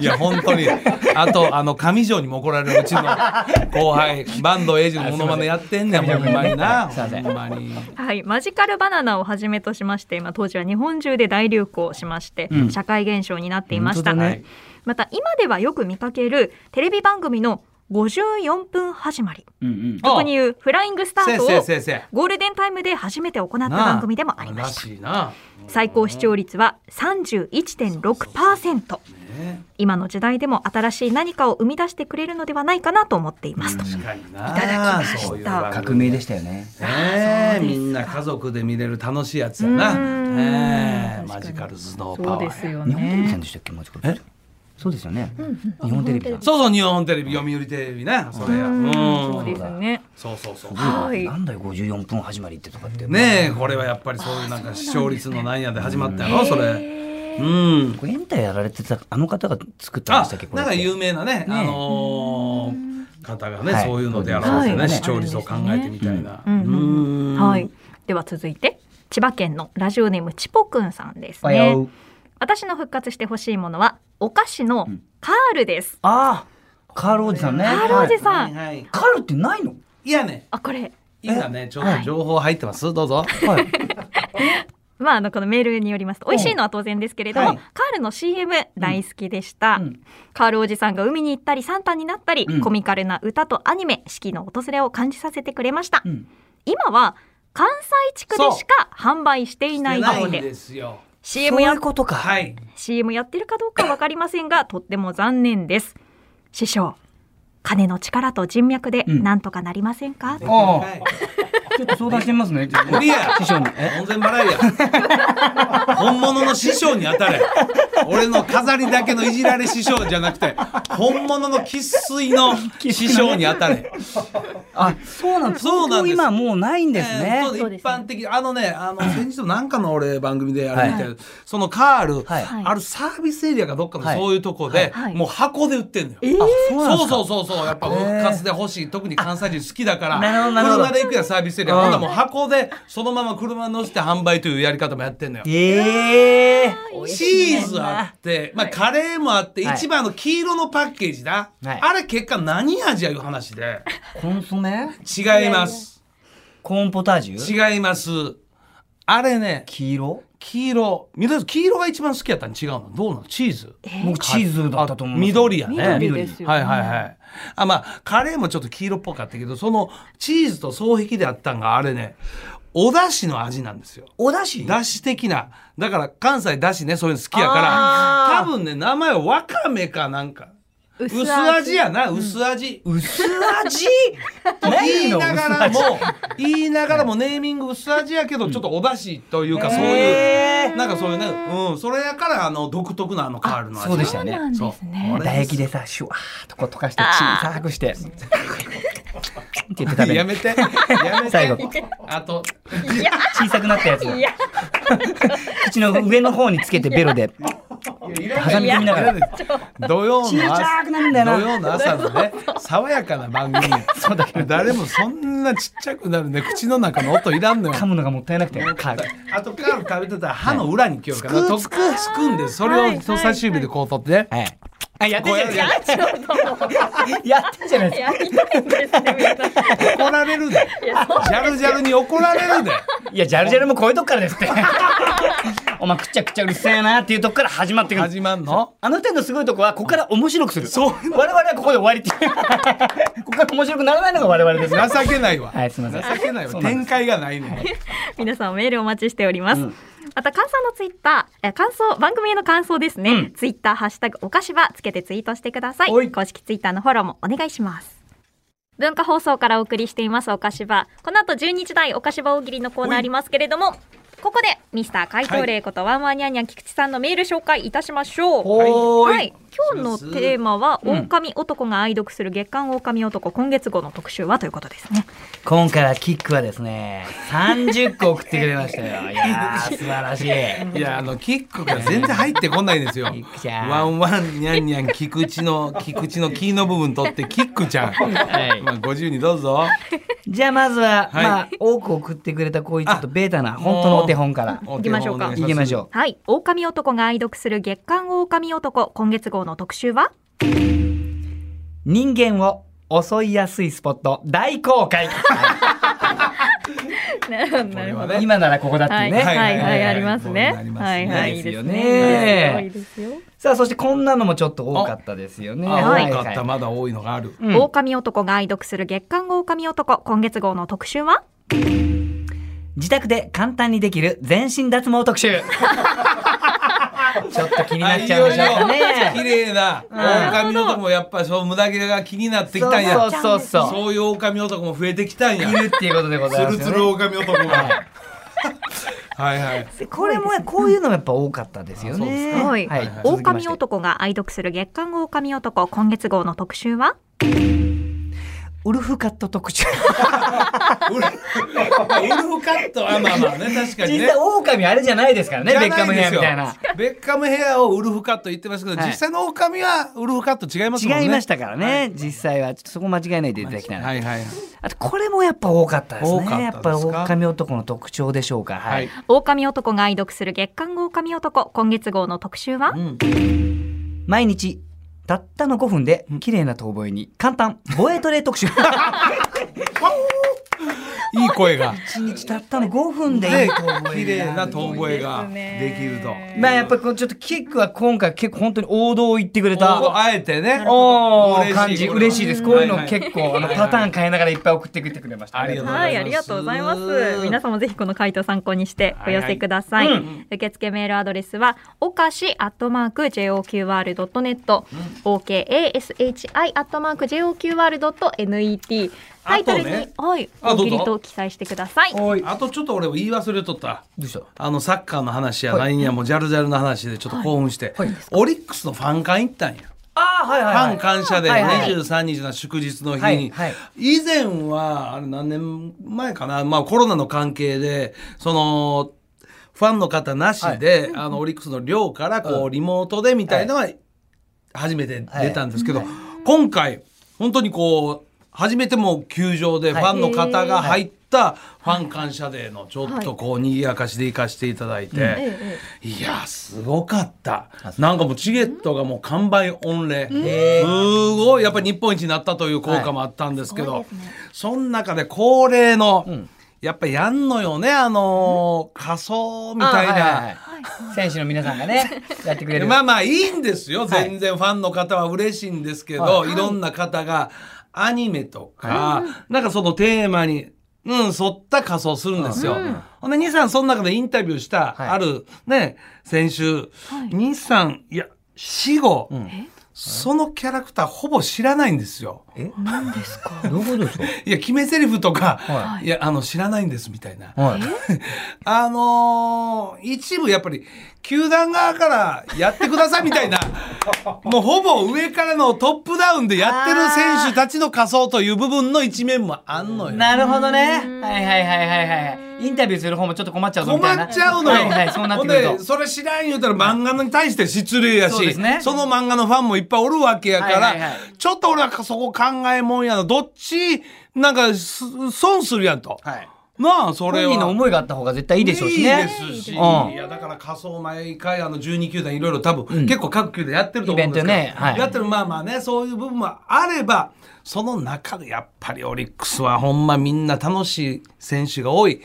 [SPEAKER 1] いや本当に。あとあの上条にも怒られるうちの後輩バンドエイジのモノマネやってんねんほんまにな。
[SPEAKER 2] すいません
[SPEAKER 1] ほんまに。
[SPEAKER 3] はい、マジカルバナナをはじめとしまして、まあ、当時は日本中で大流行しまして、
[SPEAKER 2] うん
[SPEAKER 3] 社会現象になっていました、
[SPEAKER 2] 本当だね
[SPEAKER 3] また今ではよく見かけるテレビ番組の54分始まり
[SPEAKER 2] うんうん。
[SPEAKER 3] ここにいうフライングスター
[SPEAKER 1] 先
[SPEAKER 3] ト
[SPEAKER 1] 生
[SPEAKER 3] を
[SPEAKER 1] 先生。
[SPEAKER 3] ゴールデンタイムで初めて行っ
[SPEAKER 1] な
[SPEAKER 3] た番組でもありまし
[SPEAKER 1] ら
[SPEAKER 3] た
[SPEAKER 1] しいな。
[SPEAKER 3] 最高視聴率は31.6%今の時代でも新しい何かを生み出してくれるのではないかなと思っていますと、
[SPEAKER 1] 確かにな。
[SPEAKER 3] いただきました
[SPEAKER 1] そういう番組
[SPEAKER 2] 革命でしたよね。
[SPEAKER 1] ねえ
[SPEAKER 3] そうです
[SPEAKER 1] みんな家族で見れる楽しいやつやな、
[SPEAKER 3] うん
[SPEAKER 1] ねえ
[SPEAKER 3] 確か
[SPEAKER 1] マ
[SPEAKER 3] に
[SPEAKER 1] ジカルスノーパ
[SPEAKER 3] そう
[SPEAKER 1] ワー
[SPEAKER 3] で
[SPEAKER 1] や
[SPEAKER 3] すよ
[SPEAKER 2] 日本テレビさ
[SPEAKER 3] ね
[SPEAKER 2] んでしたっけ、マジカルズ。そうですよね。日本テレビさん。
[SPEAKER 1] そうそう日本テレビ読売テレビねそれや
[SPEAKER 3] うん
[SPEAKER 1] う
[SPEAKER 3] そうんですね
[SPEAKER 1] そうそうそう
[SPEAKER 3] はい
[SPEAKER 2] なんだよ、54分始まりってとかって。
[SPEAKER 1] ねえこれはやっぱりそういうなんか視聴率のなんやで始まったやろそれ
[SPEAKER 2] うん。これエンタやられてた、あの方が作ったんで
[SPEAKER 1] あ
[SPEAKER 2] したっけ、これ
[SPEAKER 1] なん
[SPEAKER 2] って。
[SPEAKER 1] か有名なね、あのー方がね、
[SPEAKER 2] はい
[SPEAKER 1] そういうので表すね、
[SPEAKER 3] はい
[SPEAKER 1] 視聴率を考えてみたいな。
[SPEAKER 3] うんうんうん
[SPEAKER 2] うん
[SPEAKER 3] はい。。では続いて千葉県のラジオネームちぽくんさんです
[SPEAKER 2] おは
[SPEAKER 3] ね
[SPEAKER 2] よ。う。
[SPEAKER 3] 私の復活してほしいものはお菓子のカールです。
[SPEAKER 2] ああ、カールおじさんね。
[SPEAKER 3] カールおじさん。
[SPEAKER 1] はいはい。
[SPEAKER 2] カールってないの。
[SPEAKER 1] いやね、
[SPEAKER 3] あこれ
[SPEAKER 1] いいかね、ちょっと情報入ってます。どうぞ。
[SPEAKER 2] はい。
[SPEAKER 3] まああのこのメールによりますと美味しいのは当然ですけれども、
[SPEAKER 1] はい
[SPEAKER 3] カールの CM 大好きでした、
[SPEAKER 2] うん
[SPEAKER 3] カールおじさんが海に行ったりサンタになったり、
[SPEAKER 2] うん
[SPEAKER 3] コミカルな歌とアニメ四季の訪れを感じさせてくれました、
[SPEAKER 2] うん。
[SPEAKER 3] 今は関西地区でしか販売していない
[SPEAKER 1] な
[SPEAKER 3] そ
[SPEAKER 1] い
[SPEAKER 3] うんで
[SPEAKER 1] ですよ。
[SPEAKER 2] そう
[SPEAKER 3] CM
[SPEAKER 2] い
[SPEAKER 3] や
[SPEAKER 2] うことか。。
[SPEAKER 1] はいい。
[SPEAKER 3] CM やってるかどうかわかりませんがとっても残念です師匠金の力と人脈で
[SPEAKER 2] うん
[SPEAKER 3] なんとかなりませんか、
[SPEAKER 2] ああちょっと相談してみますね。
[SPEAKER 1] 無理や。
[SPEAKER 2] 師匠に。え。
[SPEAKER 1] 門前払いや。 <laughs> 本物の師匠に当たれ。俺の飾りだけのいじられ師匠じゃなくて、本物の生粋の師匠に当たれ。
[SPEAKER 2] あ、そうなんです。
[SPEAKER 1] そうなんです
[SPEAKER 2] 今もうないんです
[SPEAKER 1] え
[SPEAKER 2] ね
[SPEAKER 1] ー。そうで
[SPEAKER 3] そうです
[SPEAKER 1] 一
[SPEAKER 3] ね
[SPEAKER 1] 般的あのねあ
[SPEAKER 2] <clears throat>
[SPEAKER 1] の先日のなんかの俺番組であれみたいなそのカール、
[SPEAKER 2] はい
[SPEAKER 1] あるサービスエリアかどっかの
[SPEAKER 2] はい
[SPEAKER 1] そういうとこで、
[SPEAKER 3] はい
[SPEAKER 1] もう箱で売ってんのよ。
[SPEAKER 2] あ、そうなんで
[SPEAKER 1] そう
[SPEAKER 2] すか。
[SPEAKER 1] そうそうそうやっぱ復活で欲しい特に関西人好きだから
[SPEAKER 2] なるほどなるほど
[SPEAKER 1] 車で行くやサービスエリア
[SPEAKER 2] うん
[SPEAKER 1] ほんならもう箱でそのまま車に乗せて販売というやり方もやってんのよ。
[SPEAKER 2] ええ。
[SPEAKER 1] チーズあって、まあ、カレーもあって、
[SPEAKER 2] はい
[SPEAKER 1] 一番の黄色のパッケージだ、
[SPEAKER 2] はい
[SPEAKER 1] あれ結果何味やいう話で
[SPEAKER 2] コンソメ。
[SPEAKER 1] 違います
[SPEAKER 2] コーンポタージュ。
[SPEAKER 1] 違いますあれね
[SPEAKER 2] 黄色。
[SPEAKER 1] 黄色緑黄色が一番好きやったに違うのどうなのチーズ
[SPEAKER 2] 僕チーズだったと思う。
[SPEAKER 1] 緑やね
[SPEAKER 3] 緑ですよね
[SPEAKER 1] はいはいはいあまあカレーもちょっと黄色っぽかったけどそのチーズと双璧であったんがあれねお出汁の味なんですよ
[SPEAKER 2] お出汁。
[SPEAKER 1] だし的なだから関西だしねそういうの好きや
[SPEAKER 2] あ
[SPEAKER 1] から
[SPEAKER 2] ー
[SPEAKER 1] 多分ね名前はわかめかなんか薄味やな薄味、
[SPEAKER 2] 薄味。
[SPEAKER 1] <laughs> と言いながらも
[SPEAKER 2] 薄味
[SPEAKER 1] 言いながらもネーミング薄味やけどちょっとお出汁というかそういう
[SPEAKER 2] へ
[SPEAKER 1] <laughs>
[SPEAKER 2] ー
[SPEAKER 1] なんかそういうねうんそれやからあの独特なあのカールの味
[SPEAKER 2] そうでしたね
[SPEAKER 3] そうなんですね
[SPEAKER 1] そう
[SPEAKER 2] 唾液でさシュワーっとこう溶かして小さくしてって言って食べ
[SPEAKER 1] <laughs> や
[SPEAKER 2] る
[SPEAKER 1] めてやめて
[SPEAKER 2] 最後
[SPEAKER 1] あと
[SPEAKER 2] 小さくなったやつ
[SPEAKER 3] いや
[SPEAKER 2] 口の上の方につけてベロで <laughs> 挟み込みながら
[SPEAKER 1] 土曜の
[SPEAKER 2] 小
[SPEAKER 1] 朝
[SPEAKER 2] さくなるんだよな
[SPEAKER 1] 土曜の朝のね爽やかな番組そうだけど誰もそんなちっちゃくなるね口の中の音いらんのよ
[SPEAKER 2] 噛むのがもったいなくてカール
[SPEAKER 1] あとカール食べてたら歯の裏に来よるから
[SPEAKER 2] つく
[SPEAKER 1] とつくつくんですそれを人差し指でこう取ってね
[SPEAKER 2] はいあやって
[SPEAKER 1] こ
[SPEAKER 2] ん
[SPEAKER 1] う
[SPEAKER 2] じゃ
[SPEAKER 1] や
[SPEAKER 2] な
[SPEAKER 1] る
[SPEAKER 2] い
[SPEAKER 1] や
[SPEAKER 2] ですかやってんじゃないです
[SPEAKER 3] やりたいんですねみんな
[SPEAKER 1] つ怒られるでジャルジャルに怒られるで
[SPEAKER 2] かいやジャルジャルもこういうとこからですって <laughs> お前くっちゃくちゃうるせえなっていうとこから始まってくる
[SPEAKER 1] 始まんの
[SPEAKER 2] あの点のすごいとこはここから面白くするそう我々はここで終わりっていう <laughs> ここから面白くならないのが我々ですから
[SPEAKER 1] 情けないわ
[SPEAKER 2] はいすいません
[SPEAKER 1] 情けない
[SPEAKER 2] そ
[SPEAKER 1] わ
[SPEAKER 2] うなんです
[SPEAKER 1] 展開がないね
[SPEAKER 3] <laughs> 皆さんメールお待ちしております。
[SPEAKER 2] うん
[SPEAKER 3] また感想のツイッター、え感想、番組への感想ですね。
[SPEAKER 2] うん
[SPEAKER 3] ツイッター、ハッシュタグ、おかしばつけてツイートしてくださ
[SPEAKER 2] お
[SPEAKER 3] い。
[SPEAKER 2] い
[SPEAKER 3] 公式ツイッターのフォローもお願いします。文化放送からお送りしています、おかしば。この後12時台、おかしば大喜利のコーナーありますけれども、ここでミスター回答例ことワンワンニャンニャン菊池さんのメール紹介いたしましょう。
[SPEAKER 2] おーい
[SPEAKER 3] はい、今日のテーマは、
[SPEAKER 2] うん
[SPEAKER 3] 狼男が愛読する月刊狼男、今月号の特集はということですね。
[SPEAKER 2] 今回はキックはですね30個送ってくれました <laughs> よいやー素晴らしい
[SPEAKER 1] いやあのキックが全然入ってこ
[SPEAKER 2] <laughs>
[SPEAKER 1] ないんですよ
[SPEAKER 2] キックちゃん
[SPEAKER 1] ワンワンニャンニャン菊池の菊池のキーの部分取ってキックちゃん
[SPEAKER 2] はい
[SPEAKER 1] まあ50にどうぞ
[SPEAKER 2] じゃあまずは、
[SPEAKER 1] はい
[SPEAKER 2] まあ多く送ってくれたこういうちょっとベータな本当のお手本から
[SPEAKER 1] 行
[SPEAKER 3] きましょうか
[SPEAKER 2] いきましょ
[SPEAKER 3] はい、狼男が愛読する月刊狼男、今月号の特集は。
[SPEAKER 2] う人間を襲いやすいスポット大公開
[SPEAKER 3] なるほど、な
[SPEAKER 1] るほど
[SPEAKER 2] 今ならここだって
[SPEAKER 3] はいい、
[SPEAKER 2] うね、
[SPEAKER 3] はい、はいはい、
[SPEAKER 1] は
[SPEAKER 3] あ
[SPEAKER 1] い
[SPEAKER 3] ります
[SPEAKER 1] こうな
[SPEAKER 3] ね
[SPEAKER 1] り。ますね
[SPEAKER 3] はい、はい、い
[SPEAKER 2] で
[SPEAKER 3] い
[SPEAKER 2] す
[SPEAKER 3] で
[SPEAKER 2] よ
[SPEAKER 3] す
[SPEAKER 2] ね
[SPEAKER 3] ね。多いですよ。
[SPEAKER 2] さあそしてこんなのもちょっと多かったですよね
[SPEAKER 1] あ、
[SPEAKER 2] はい
[SPEAKER 1] 多かったまだ多いのがある
[SPEAKER 2] うん
[SPEAKER 3] 狼男が愛読する月刊狼男、今月号の特集は。
[SPEAKER 2] 自宅で簡単にできる全身脱毛特集ちょっと気になっちゃいました
[SPEAKER 1] あいよいよ
[SPEAKER 2] ね
[SPEAKER 1] 綺麗な狼男もやっぱそう無駄毛が気になってきたんや
[SPEAKER 2] そうそうそうそう
[SPEAKER 1] そういう狼男も増えてきたんや
[SPEAKER 2] いるっていうことでございますよね。
[SPEAKER 1] 狼男がはいはい
[SPEAKER 2] でこれもやこういうのもやっぱ多かったですよ
[SPEAKER 1] あそうで
[SPEAKER 2] ね。
[SPEAKER 1] すか
[SPEAKER 3] はい
[SPEAKER 2] はい。続きまし
[SPEAKER 3] 狼
[SPEAKER 2] て
[SPEAKER 3] 男が愛読する月刊狼男、今月号の特集は。
[SPEAKER 2] ウルフカット特集。
[SPEAKER 1] ウルウルフカットあまあまあね確かに
[SPEAKER 2] 実
[SPEAKER 1] ね
[SPEAKER 2] 際、狼あれじゃないですからね、
[SPEAKER 1] じ
[SPEAKER 2] ベ
[SPEAKER 1] ゃ
[SPEAKER 2] ッカ
[SPEAKER 1] な
[SPEAKER 2] ム
[SPEAKER 1] いで
[SPEAKER 2] ヘア
[SPEAKER 1] す
[SPEAKER 2] み
[SPEAKER 1] よ
[SPEAKER 2] たいな。
[SPEAKER 1] ベッカムヘアをウルフカット言ってますけど、
[SPEAKER 2] はい
[SPEAKER 1] 実際のオオカミはウルフカット違いますもんね
[SPEAKER 2] 違いましたからね、実際は。ちょっとそこ間違えないでいただきたいな。
[SPEAKER 1] はいはいはい
[SPEAKER 2] あと、これもやっぱ多かったですね。
[SPEAKER 1] 多かったです
[SPEAKER 2] や
[SPEAKER 1] か
[SPEAKER 2] っぱ狼男の特徴でしょうか。はい。
[SPEAKER 3] 狼男が愛読する月刊狼男今月号の特集は、
[SPEAKER 2] うん毎日、たったの5分で、綺麗な遠吠えに、簡 <laughs> 単、ボエトレ特集。
[SPEAKER 1] いい声
[SPEAKER 2] <laughs>
[SPEAKER 1] が
[SPEAKER 2] 一日たったの5分でい
[SPEAKER 1] で
[SPEAKER 2] い遠吠え
[SPEAKER 1] 綺麗な遠吠えが
[SPEAKER 3] いいですね
[SPEAKER 1] できると
[SPEAKER 2] まあやっぱこうちょっとキックは今回結構本当に王道を言ってくれた。
[SPEAKER 1] こうあえてね
[SPEAKER 2] お
[SPEAKER 1] 嬉し
[SPEAKER 2] ー
[SPEAKER 1] い
[SPEAKER 2] 感じ
[SPEAKER 1] これは
[SPEAKER 2] 嬉しいです。こういうの
[SPEAKER 1] はいはい
[SPEAKER 2] 結構あのパターン変えながらいっぱい送ってきてくれました。
[SPEAKER 1] ありがとうご
[SPEAKER 3] は
[SPEAKER 1] ざいます
[SPEAKER 3] い、ありがとうございます。皆さんもぜひこの回答を参考にしてお寄せください。
[SPEAKER 2] はいはいう
[SPEAKER 3] 受付メールアドレスは、おかしアットマーク JOQR.net、OKASHI アットマーク JOQR.net、タイトルに、
[SPEAKER 1] あとね
[SPEAKER 3] はい、
[SPEAKER 1] あ
[SPEAKER 3] 大
[SPEAKER 1] どうぞ
[SPEAKER 3] 喜利と記載してください。
[SPEAKER 2] おい。ど
[SPEAKER 1] あとちょっと俺も言い忘れとった
[SPEAKER 2] うした
[SPEAKER 1] あのサッカーの話や何やもうジャルジャルの話でちょっと興奮して、
[SPEAKER 2] はいはい
[SPEAKER 1] オリックスのファン館行ったんや、
[SPEAKER 2] あーはいはいはい。
[SPEAKER 1] ファン感謝で
[SPEAKER 2] はいはい
[SPEAKER 1] 23日の祝日の日に、
[SPEAKER 2] はいはい
[SPEAKER 1] 以前はあれ何年前かな、まあ、コロナの関係でそのファンの方なしで、あのオリックスの寮からこうリモートでみたいなのは初めて出たんですけど、今回本当にこう初めてもう球場でファンの方が入ったファン感謝デーのちょっとこう賑やかしで行かせていただいて、
[SPEAKER 3] え
[SPEAKER 1] いやすごかったなんかもうチゲットがもう完売御礼
[SPEAKER 2] へ
[SPEAKER 1] す
[SPEAKER 2] ー
[SPEAKER 1] ごいやっぱり日本一になったという効果もあったんですけど、その中で恒例の、やっぱやんのよねあのー仮装みたいな。
[SPEAKER 2] あーはいはいはい選手の皆さんが <laughs> ねやってくれる。
[SPEAKER 1] まあまあいいんですよ、
[SPEAKER 2] はい
[SPEAKER 1] 全然ファンの方は嬉しいんですけど、、
[SPEAKER 2] はい
[SPEAKER 1] ろんな方がアニメとか、なんかそのテーマに、うん、沿った仮装するんですよ。ほんで、西さん、その中でインタビューした、
[SPEAKER 2] はい
[SPEAKER 1] あるね、先週、西さん、いや、死後、そのキャラクターほぼ知らないんですよ。
[SPEAKER 2] え？何ですか？どういうことですか？
[SPEAKER 1] いや、決め台詞とか、、
[SPEAKER 2] はい
[SPEAKER 1] や、あの、知らないんですみたいな。
[SPEAKER 2] はい。
[SPEAKER 1] あのー一部やっぱり球団側からやってくださいみたいなもうほぼ上からのトップダウンでやってる選手たちの仮装という部分の一面もあんのよ。
[SPEAKER 2] なるほどね。はいはいはいはいはい。インタビューする方もちょっと困っちゃうぞみ
[SPEAKER 1] 困
[SPEAKER 2] たいな。
[SPEAKER 1] っちゃうのよ。
[SPEAKER 2] はいはいそうなってくる
[SPEAKER 1] ほん
[SPEAKER 2] と
[SPEAKER 1] で。それ知らん言うたら漫画に対して失礼や
[SPEAKER 2] そうで
[SPEAKER 1] し
[SPEAKER 2] すね
[SPEAKER 1] その漫画のファンもいっぱいおるわけやから、
[SPEAKER 2] はいはいはい
[SPEAKER 1] ちょっと俺はそこ考えもんやなどっちなんかす損するやんと。
[SPEAKER 2] はい。
[SPEAKER 1] なあそれ
[SPEAKER 2] 本
[SPEAKER 1] は。
[SPEAKER 2] 人の思いがあった方が絶対いいでしょうしね。
[SPEAKER 1] いいですし、
[SPEAKER 2] うん
[SPEAKER 1] いやだから仮想毎回あの12球団いろいろ多分、結構各球団やってると思うんですけど、
[SPEAKER 2] イベントねはい
[SPEAKER 1] やってるまあまあねそういう部分もあればその中でやっぱりオリックスはほんまみんな楽しい選手が多い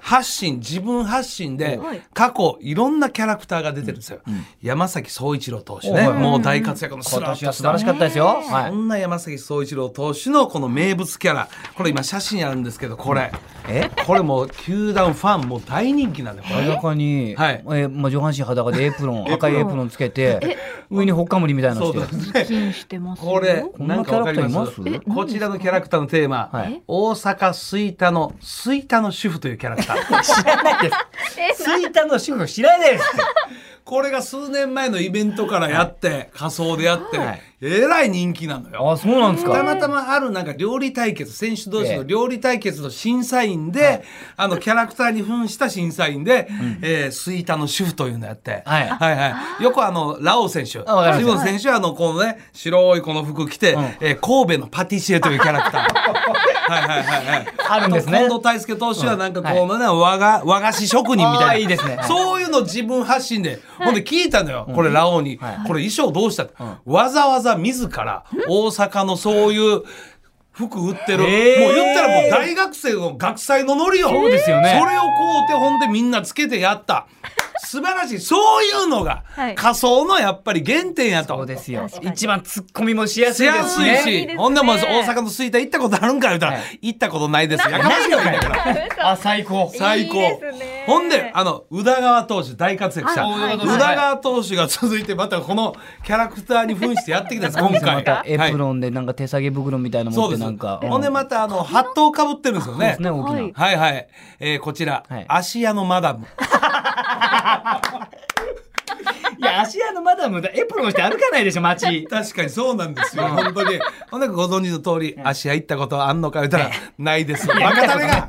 [SPEAKER 1] 発信自分発信で
[SPEAKER 3] はい
[SPEAKER 1] 過去いろんなキャラクターが出てるんですよ、山崎総一郎投手
[SPEAKER 2] はい
[SPEAKER 1] ね、
[SPEAKER 2] はい
[SPEAKER 1] もう大活躍のス
[SPEAKER 2] 今
[SPEAKER 1] ラッ
[SPEAKER 2] 年
[SPEAKER 1] と
[SPEAKER 2] は
[SPEAKER 1] し
[SPEAKER 2] 素
[SPEAKER 1] た
[SPEAKER 2] 晴らしかったですよ。は
[SPEAKER 1] そ
[SPEAKER 2] い。
[SPEAKER 1] んな山崎総一郎投手のこの名物キャラこれ今写真あるんですけどこれ、
[SPEAKER 2] え？
[SPEAKER 1] これもう球団ファンもう大人気なんだよこれ
[SPEAKER 2] 裸に、
[SPEAKER 1] はい
[SPEAKER 2] えーまあ、上半身裸でエプロン赤いエプロンつけて上にほっかむりみたいなの
[SPEAKER 1] そ
[SPEAKER 2] し
[SPEAKER 1] う
[SPEAKER 2] て
[SPEAKER 1] で
[SPEAKER 2] る
[SPEAKER 1] すね。
[SPEAKER 3] 金してますよ
[SPEAKER 1] これ、
[SPEAKER 2] こん
[SPEAKER 1] な
[SPEAKER 2] なん
[SPEAKER 1] かわかりま
[SPEAKER 2] キャラク
[SPEAKER 1] す
[SPEAKER 2] ターいま
[SPEAKER 1] こちらのキャラクターのテーマ、
[SPEAKER 2] はい
[SPEAKER 1] 大阪吹田の吹田の主婦というキャラクター。
[SPEAKER 2] <laughs> 知らないですスイタの主婦知らないです
[SPEAKER 1] これが数年前のイベントからやって、仮装でやって、
[SPEAKER 2] はい
[SPEAKER 1] えらい人気なのよ。
[SPEAKER 2] あそうなんです
[SPEAKER 1] たま
[SPEAKER 2] か
[SPEAKER 1] たまあるなんか料理対決選手同士
[SPEAKER 2] え
[SPEAKER 1] の
[SPEAKER 2] え
[SPEAKER 1] 料理対決の審査員で、あのキャラクターに扮した審査員で、えー、吹田の主婦というのやって、
[SPEAKER 2] はい
[SPEAKER 1] はいはいよくあのラオウ選手
[SPEAKER 2] わかります
[SPEAKER 1] 杉本選手はあのこのね白いこの服着て、
[SPEAKER 2] うん
[SPEAKER 1] えー神戸のパティシエというキャラ
[SPEAKER 2] <laughs>
[SPEAKER 1] クターはいはいはいはい
[SPEAKER 2] あるんですね
[SPEAKER 1] 近藤泰介投手はなんかこのね、和が和菓子職人みたい
[SPEAKER 2] あ
[SPEAKER 1] な
[SPEAKER 2] ーいいですねはい
[SPEAKER 1] そういうの自分発信で、ほんで聞いたのよ、これラオウに、
[SPEAKER 2] はい
[SPEAKER 1] これ衣装どうしたって、わざわざ自ら大阪のそういう服売ってる、
[SPEAKER 2] えー
[SPEAKER 1] もう言ったらもう大学生の学祭のノリよ
[SPEAKER 2] そうですよね
[SPEAKER 1] それをこうてほんでみんなつけてやった素晴らしいそういうのが
[SPEAKER 3] はい
[SPEAKER 1] 仮想のやっぱり原点やと。
[SPEAKER 2] そうですよ
[SPEAKER 3] 確かに
[SPEAKER 2] 一番ツッコミもしやすいで
[SPEAKER 1] 安
[SPEAKER 2] すし
[SPEAKER 1] い
[SPEAKER 2] ね
[SPEAKER 1] し、
[SPEAKER 3] いいですね
[SPEAKER 1] ほんでもう大阪の吹田行ったことあるんか言うたら、
[SPEAKER 2] はい
[SPEAKER 1] 行ったことないですやかましいわけだから
[SPEAKER 2] あ最高
[SPEAKER 1] 最高
[SPEAKER 3] いいですね
[SPEAKER 1] ほんであの宇田川投手大活躍した、
[SPEAKER 3] はいはい
[SPEAKER 1] 宇田川投手が続いてまたこのキャラクターに扮してやってきたんです今
[SPEAKER 2] ま
[SPEAKER 1] 回
[SPEAKER 2] たエプ
[SPEAKER 1] はい
[SPEAKER 2] ロンでなんか手提げ袋みたいなの持
[SPEAKER 1] そ
[SPEAKER 2] っ
[SPEAKER 1] う
[SPEAKER 2] て
[SPEAKER 1] です
[SPEAKER 2] なんか、
[SPEAKER 1] ほんで
[SPEAKER 2] うん
[SPEAKER 1] またあのハットをかぶってるんですよ
[SPEAKER 2] そうで
[SPEAKER 1] ね
[SPEAKER 2] すね大きな、
[SPEAKER 3] はい
[SPEAKER 1] はいはい、えーこちら、
[SPEAKER 2] はい
[SPEAKER 1] 芦屋のマダム
[SPEAKER 2] いや、芦屋のマダムだ、エプロンして歩かないでしょ、 <laughs> 街。
[SPEAKER 1] 確かにそうなんですよ。本当に。ほんでご存知の通り、足屋行ったことあんのか言ったら、ないです。バカタレが、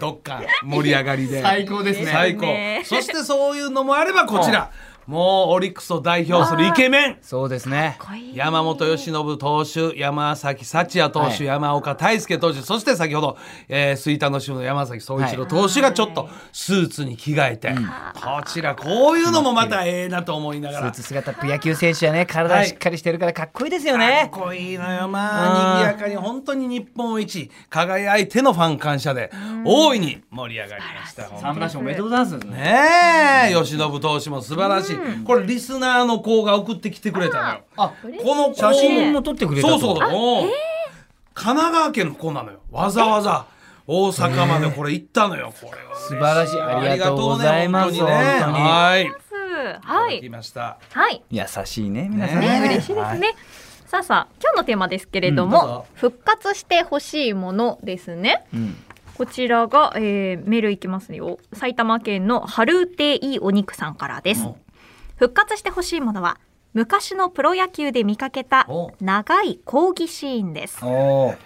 [SPEAKER 1] どっか盛り上がりで。
[SPEAKER 2] 最高ですね。
[SPEAKER 1] 最高
[SPEAKER 3] ね。
[SPEAKER 1] そしてそういうのもあればこちら。もうオリックスを代表するイケメン。
[SPEAKER 2] そうですね。
[SPEAKER 3] かっこいい
[SPEAKER 1] 山本由伸投手、山崎幸也投手、
[SPEAKER 2] はい
[SPEAKER 1] 山岡大輔投手、そして先ほど、えー、吹田の主の山崎総一郎投手がちょっとスーツに着替えて、こちら、こういうのもまたええなと思いなが
[SPEAKER 2] ス
[SPEAKER 1] ら
[SPEAKER 2] ー。ツ姿って野球選手はね、体しっかりしてるからかっこいいですよ
[SPEAKER 1] かっ
[SPEAKER 2] ね。
[SPEAKER 1] こいいのよ、まあ、賑やかに、本当に日本一、輝いてのファン感謝で、大いに盛り上がりました。本当に
[SPEAKER 2] 三ションおめでとうございます。ね。
[SPEAKER 1] ねえ、吉信投手も素晴らしい。これ、リスナーの子が送ってきてくれたのよ。
[SPEAKER 2] あ、
[SPEAKER 1] この子
[SPEAKER 2] 写真も撮ってくれた
[SPEAKER 1] そ
[SPEAKER 2] と
[SPEAKER 1] うそうそう。うん神奈川県の子なのよ。わざわざ大阪までこれ行ったのよ、これは。
[SPEAKER 2] 素晴らしい。ありがとうございます。
[SPEAKER 1] ありがとうね本当にね
[SPEAKER 2] 本
[SPEAKER 1] はい。
[SPEAKER 3] は
[SPEAKER 1] た
[SPEAKER 3] い
[SPEAKER 1] だき
[SPEAKER 3] い
[SPEAKER 1] ました。
[SPEAKER 3] はい
[SPEAKER 2] 当に優しいね、皆さん。
[SPEAKER 1] ね
[SPEAKER 3] ね、嬉しいですね。さあさあ、今日のテーマですけれど
[SPEAKER 1] うんどう
[SPEAKER 3] も
[SPEAKER 1] ぞ、
[SPEAKER 3] 復活してほしいものですね。
[SPEAKER 2] うん
[SPEAKER 3] こちらが、えーメールいきますよ。埼玉県の春うていいお肉さんからです。復活してほしいものは、昔のプロ野球で見かけた
[SPEAKER 1] お
[SPEAKER 3] 長い抗議シーンです。
[SPEAKER 2] おー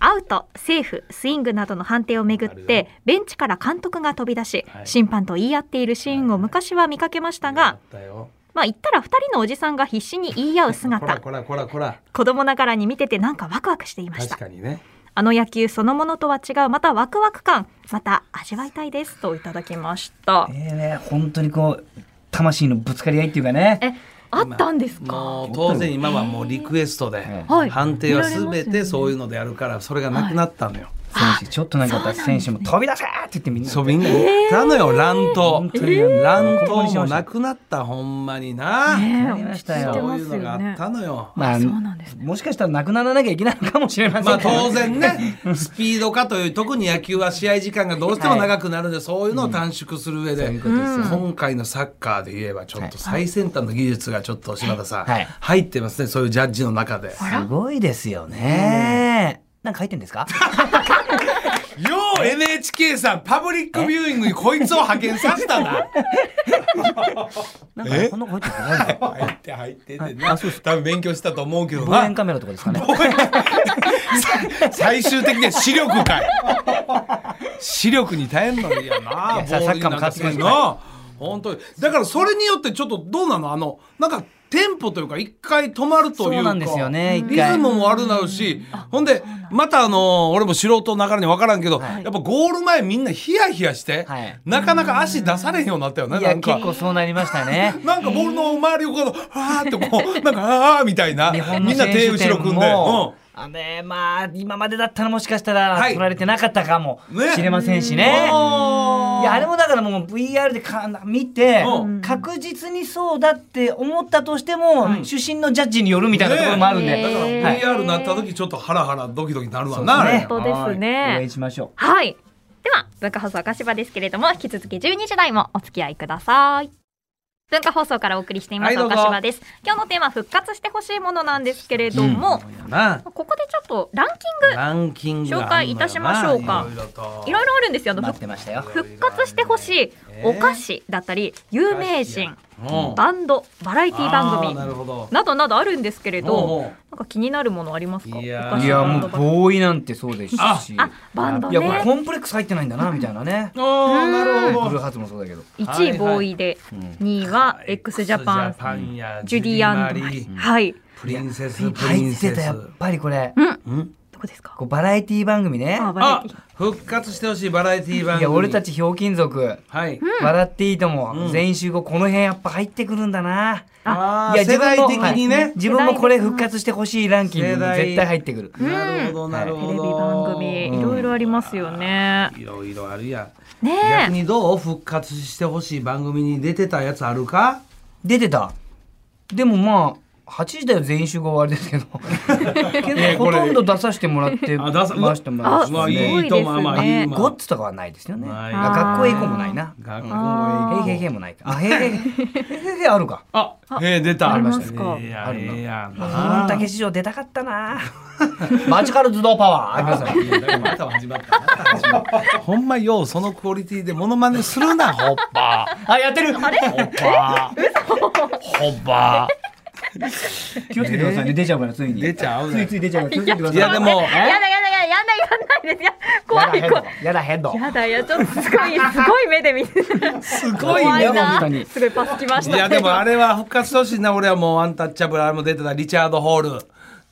[SPEAKER 3] アウト、セーフ、スイングなどの判定をめぐっ
[SPEAKER 1] なる
[SPEAKER 3] て、ベンチから監督が飛び出し
[SPEAKER 1] は、い
[SPEAKER 3] 審判と言い合っているシーンを昔は見かけました
[SPEAKER 1] あ
[SPEAKER 3] が
[SPEAKER 1] っ、たよ。
[SPEAKER 3] まあ言ったら2人のおじさんが必死に言い合う
[SPEAKER 1] <laughs> こら
[SPEAKER 3] 姿、
[SPEAKER 1] こらこらこら。
[SPEAKER 3] 子供ながらに見ててなんかワクワクしていまし
[SPEAKER 1] 確
[SPEAKER 3] た
[SPEAKER 1] かにね。
[SPEAKER 3] あの野球そのものとは違うまたワクワク感また味わいたいですといただきました
[SPEAKER 2] ええね、本当にこう、魂のぶつかり合いっていうかね。
[SPEAKER 3] えあったんです
[SPEAKER 1] も
[SPEAKER 3] か
[SPEAKER 1] う当然今はもうリクエストで
[SPEAKER 2] え
[SPEAKER 3] えはい
[SPEAKER 1] 判定は全てそういうのでやるからそれがなくなったのよ。
[SPEAKER 2] 選手、ちょっとなんかあったら選手も飛び出せって言ってみんな。
[SPEAKER 1] そうみんな言ったのよ乱
[SPEAKER 2] 本
[SPEAKER 1] 闘
[SPEAKER 2] 当。にあの
[SPEAKER 1] 乱闘もなくなったほんまにな。
[SPEAKER 3] ね
[SPEAKER 2] なりましたよ
[SPEAKER 3] 知って
[SPEAKER 1] そう
[SPEAKER 3] ま
[SPEAKER 1] いう
[SPEAKER 3] す
[SPEAKER 1] のが
[SPEAKER 3] よ
[SPEAKER 1] あっ
[SPEAKER 3] ね
[SPEAKER 1] たのよ。
[SPEAKER 2] まあ、
[SPEAKER 3] そうなんですね
[SPEAKER 2] もしかしたらなくならなきゃいけないのかもしれませ
[SPEAKER 1] <laughs>
[SPEAKER 2] ん
[SPEAKER 1] まあ
[SPEAKER 2] けど
[SPEAKER 1] 当然ね、スピード化という、特に野球は試合時間がどうしても長くなるので、そういうのを短縮する上で、
[SPEAKER 2] そういうことですよ
[SPEAKER 1] 今回のサッカーで言えば、ちょっと最先端の技術がちょっと柴田さん、
[SPEAKER 2] はい
[SPEAKER 1] 入ってますね、そういうジャッジの中で。よ
[SPEAKER 2] すごいですよね。なんか入ってんで
[SPEAKER 1] <laughs>
[SPEAKER 2] すか
[SPEAKER 1] う NHK さん、パブリックビューイングにこいつを派遣させたな。
[SPEAKER 2] なんかこんな子入ってんですか
[SPEAKER 1] 入って入っててね。多分勉強したと思うけど
[SPEAKER 2] 望遠
[SPEAKER 1] な。
[SPEAKER 2] カメラと
[SPEAKER 1] <laughs>
[SPEAKER 2] かですかね。
[SPEAKER 1] 最終的には視力かい。視力に耐えんのにやな。
[SPEAKER 2] いやさ
[SPEAKER 1] ボール
[SPEAKER 2] サッカーも勝ってきま
[SPEAKER 1] なんかせん
[SPEAKER 2] したね
[SPEAKER 1] な本当に。だからそれによってちょっとどうなのあの、なんかテンポというか一回止まるというか。
[SPEAKER 2] そうなんですよね一
[SPEAKER 1] リ
[SPEAKER 2] 回
[SPEAKER 1] ズムも悪なるし、ほんで、またあの、俺も素人ながらに分からんけど、やっぱゴール前みんなヒヤヒヤして
[SPEAKER 2] はい、
[SPEAKER 1] なかなか足出されへんようになったよね。
[SPEAKER 2] い
[SPEAKER 1] な
[SPEAKER 2] や、
[SPEAKER 1] んか
[SPEAKER 2] 結構そうなりましたね。
[SPEAKER 1] <laughs> なんかボールの周りをこの、あーってこう、なんか、あーみたいな。
[SPEAKER 2] 日本の
[SPEAKER 1] みんな
[SPEAKER 2] 選
[SPEAKER 1] 手
[SPEAKER 2] 手
[SPEAKER 1] 後ろ
[SPEAKER 2] 権
[SPEAKER 1] 組んで。うん
[SPEAKER 2] も、あれまあ今までだったらもしかしたら
[SPEAKER 1] はい
[SPEAKER 2] 取られてなかったかも
[SPEAKER 1] ね
[SPEAKER 2] しれませんしね。いやあれもだからもう VR でか見て
[SPEAKER 1] うん
[SPEAKER 2] 確実にそうだって思ったとしても、主審のジャッジによるみたいなところもあるんで、
[SPEAKER 3] ね
[SPEAKER 1] だから
[SPEAKER 3] へー
[SPEAKER 1] VR なった時ちょっとハラハラドキドキなるわな。
[SPEAKER 2] は
[SPEAKER 1] あ
[SPEAKER 2] い
[SPEAKER 1] れ
[SPEAKER 3] 本当ですね
[SPEAKER 2] はい応援しましょう。
[SPEAKER 3] はいでは文化放送赤柴ですけれども引き続き12時台もお付き合いください文化放送からお送りしています、
[SPEAKER 1] はいどうぞ
[SPEAKER 3] 岡島です今日のテーマ復活してほしいものなんですけれども、
[SPEAKER 1] な
[SPEAKER 3] ここでちょっとランキン
[SPEAKER 1] ランキングがあんのよな
[SPEAKER 3] 紹介いたしましょうか
[SPEAKER 1] いろいろと
[SPEAKER 3] グいろいろあるんですよあの
[SPEAKER 2] 待ってましたよ。
[SPEAKER 3] 復活してほしいお菓子だったり有名人
[SPEAKER 1] うん
[SPEAKER 3] バンドバラエティ番
[SPEAKER 1] あーなるほ
[SPEAKER 3] 組
[SPEAKER 1] ど。
[SPEAKER 3] などなどあるんですけ
[SPEAKER 1] お
[SPEAKER 3] れ
[SPEAKER 1] うお
[SPEAKER 3] ど
[SPEAKER 1] う
[SPEAKER 3] なんか気になるものありますか
[SPEAKER 1] いやー
[SPEAKER 3] お菓子
[SPEAKER 2] いやも
[SPEAKER 3] バ
[SPEAKER 2] う
[SPEAKER 3] ンドバン
[SPEAKER 2] ボーイなんてそうですし、
[SPEAKER 1] あ
[SPEAKER 3] あバンドね
[SPEAKER 2] いやこれコンプレックス入ってないんだなみたいなね。
[SPEAKER 1] あーなる
[SPEAKER 2] ブ
[SPEAKER 1] ほ
[SPEAKER 2] ル
[SPEAKER 1] ど。
[SPEAKER 2] ーハーツもそうだけど。
[SPEAKER 3] ド
[SPEAKER 1] はい
[SPEAKER 3] 1
[SPEAKER 1] は
[SPEAKER 3] 位
[SPEAKER 1] い
[SPEAKER 3] ボーイで2位は x ジャパン
[SPEAKER 1] ンや
[SPEAKER 3] ジュディアンドマリーはい
[SPEAKER 1] プリンセスプリ
[SPEAKER 2] 入
[SPEAKER 1] ン
[SPEAKER 2] って
[SPEAKER 1] セス
[SPEAKER 2] た。やっぱりこれ。
[SPEAKER 1] うん
[SPEAKER 3] どこですか
[SPEAKER 2] こうバラエティ番組ね。
[SPEAKER 3] あバラエ
[SPEAKER 1] あ
[SPEAKER 3] ティ、
[SPEAKER 1] 復活してほしいバラエティ番組。
[SPEAKER 2] いや俺た。ちひょうきん族、
[SPEAKER 1] はい。
[SPEAKER 2] 笑っていいとも、
[SPEAKER 1] うん
[SPEAKER 2] 全員集合この辺やっぱ入ってくるんだな。
[SPEAKER 1] あー
[SPEAKER 2] いや
[SPEAKER 1] 世代的に
[SPEAKER 2] はい
[SPEAKER 1] ね。
[SPEAKER 2] 自分もこれ復活してほしいランキングに
[SPEAKER 1] 世
[SPEAKER 2] 絶
[SPEAKER 1] 代
[SPEAKER 2] 対入ってくる。
[SPEAKER 1] なるほどなる
[SPEAKER 3] テ
[SPEAKER 1] ほ
[SPEAKER 3] レ
[SPEAKER 1] ど。
[SPEAKER 3] ビ番組いろいろありますよね
[SPEAKER 1] いろいろあるやん。
[SPEAKER 3] ねえ
[SPEAKER 1] 逆にどう復活してほしい番組に出てたやつあるか
[SPEAKER 2] 出てた。でもまあ、8時だよ全員集合はあれで
[SPEAKER 1] <laughs>
[SPEAKER 2] すけど。けどほとんど出させてもらって、
[SPEAKER 1] あ出さ
[SPEAKER 2] 回してもらいました
[SPEAKER 3] あすごい
[SPEAKER 2] ね。
[SPEAKER 3] ですね
[SPEAKER 1] まあまあいいまあ
[SPEAKER 2] ゴッツとかはないですよね。
[SPEAKER 1] ない
[SPEAKER 2] あ学校へ行こうもないな。
[SPEAKER 1] 学校へ
[SPEAKER 3] あー
[SPEAKER 2] へへへもないか。あ、へへへ。へへへあるか。
[SPEAKER 1] あ、えー、出た。
[SPEAKER 3] ありますか
[SPEAKER 1] いや、
[SPEAKER 2] あるない
[SPEAKER 1] や、
[SPEAKER 2] 日本竹市場出たかったな。マジカル頭脳パワー。ありますよね。
[SPEAKER 1] また始まった。また始まったほんまよう、そのクオリティでモノマネするな、ホッパ
[SPEAKER 2] あ、やってる。
[SPEAKER 1] ー。ホッパー。ホッパ
[SPEAKER 2] 気をつけてくださいね。出ちゃうから、つい
[SPEAKER 1] ー。
[SPEAKER 2] に。
[SPEAKER 1] 出ちゃう
[SPEAKER 2] つい
[SPEAKER 1] ね
[SPEAKER 2] つ。い出ちゃうから、気をつけてください。
[SPEAKER 1] いや、でも、
[SPEAKER 3] やだやだやだやだやんないですよ怖い怖い
[SPEAKER 2] やだヘッド。
[SPEAKER 3] やだやちょっとすごいすごい目で見て
[SPEAKER 1] すご
[SPEAKER 3] 怖
[SPEAKER 1] いね
[SPEAKER 3] い。
[SPEAKER 2] 本当
[SPEAKER 3] な
[SPEAKER 2] に
[SPEAKER 3] すごいパスきまし
[SPEAKER 1] い
[SPEAKER 3] た
[SPEAKER 1] や、でもあれは復活してほしいな、俺はもうアンタッチャブル、あれも出てた、リチャード・ホール。